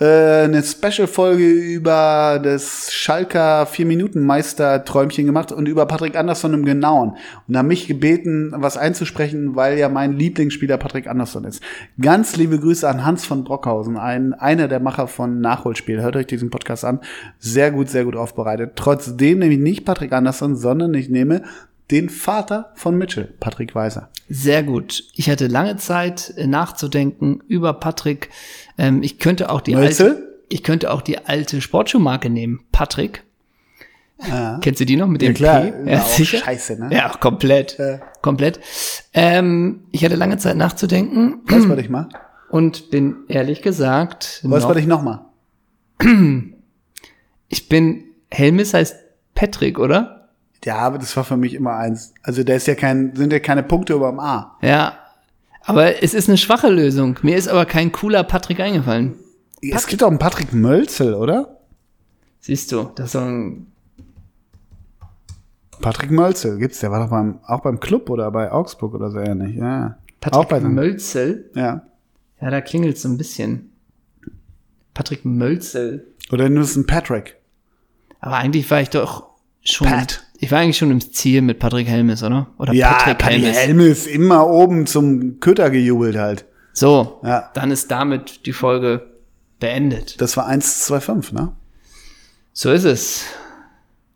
A: äh, eine Special-Folge über das Schalker Vier-Minuten-Meister-Träumchen gemacht und über Patrick Andersson im Genauen. Und haben mich gebeten, was einzusprechen, weil ja mein Lieblingsspieler Patrick Andersson ist. Ganz liebe Grüße an Hans von Brockhausen, ein, einer der Macher von Nachholspiel. Hört euch diesen Podcast an. Sehr gut, sehr gut aufbereitet. Trotzdem nehme ich nicht Patrick Andersson, sondern ich nehme den Vater von Mitchell, Patrick Weiser.
B: Sehr gut. Ich hatte lange Zeit äh, nachzudenken über Patrick. Ähm, ich könnte auch die
A: Mölzel?
B: alte, ich könnte auch die alte Sportschuhmarke nehmen. Patrick. *laughs* Kennst du die noch mit dem
A: Ah. klar.
B: P?
A: War auch scheiße, ne?
B: Ja, komplett.
A: Ja.
B: Komplett. Ähm, ich hatte lange Zeit nachzudenken
A: Weißt du, was ich mal?
B: und bin ehrlich gesagt,
A: Weißt du,
B: noch,
A: was ich noch mal?
B: ich bin, Helmis heißt Patrick, oder?
A: Ja, aber das war für mich immer eins. Also da ist ja kein, sind ja keine Punkte über dem A.
B: Ja. Aber es ist eine schwache Lösung. Mir ist aber kein cooler Patrick eingefallen.
A: Es gibt auch einen Patrick Mölzel, oder?
B: Siehst du, das ist so ein
A: Patrick Mölzel gibt's, der war doch beim, auch beim Club oder bei Augsburg oder so ähnlich, ja.
B: Patrick
A: auch bei seinem-
B: Mölzel.
A: Ja.
B: Ja, da klingelt so ein bisschen. Patrick Mölzel.
A: Oder nur ist ein Patrick.
B: Aber eigentlich war ich doch schon.
A: Pat.
B: Ich war eigentlich schon im Ziel mit Patrick Helmes, oder? Oder
A: Ja, Patrick, Helmes. immer oben zum Köter gejubelt halt.
B: So,
A: Ja.
B: dann ist damit die Folge beendet.
A: Das war 125, ne?
B: So ist es.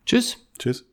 B: Tschüss.
A: Tschüss.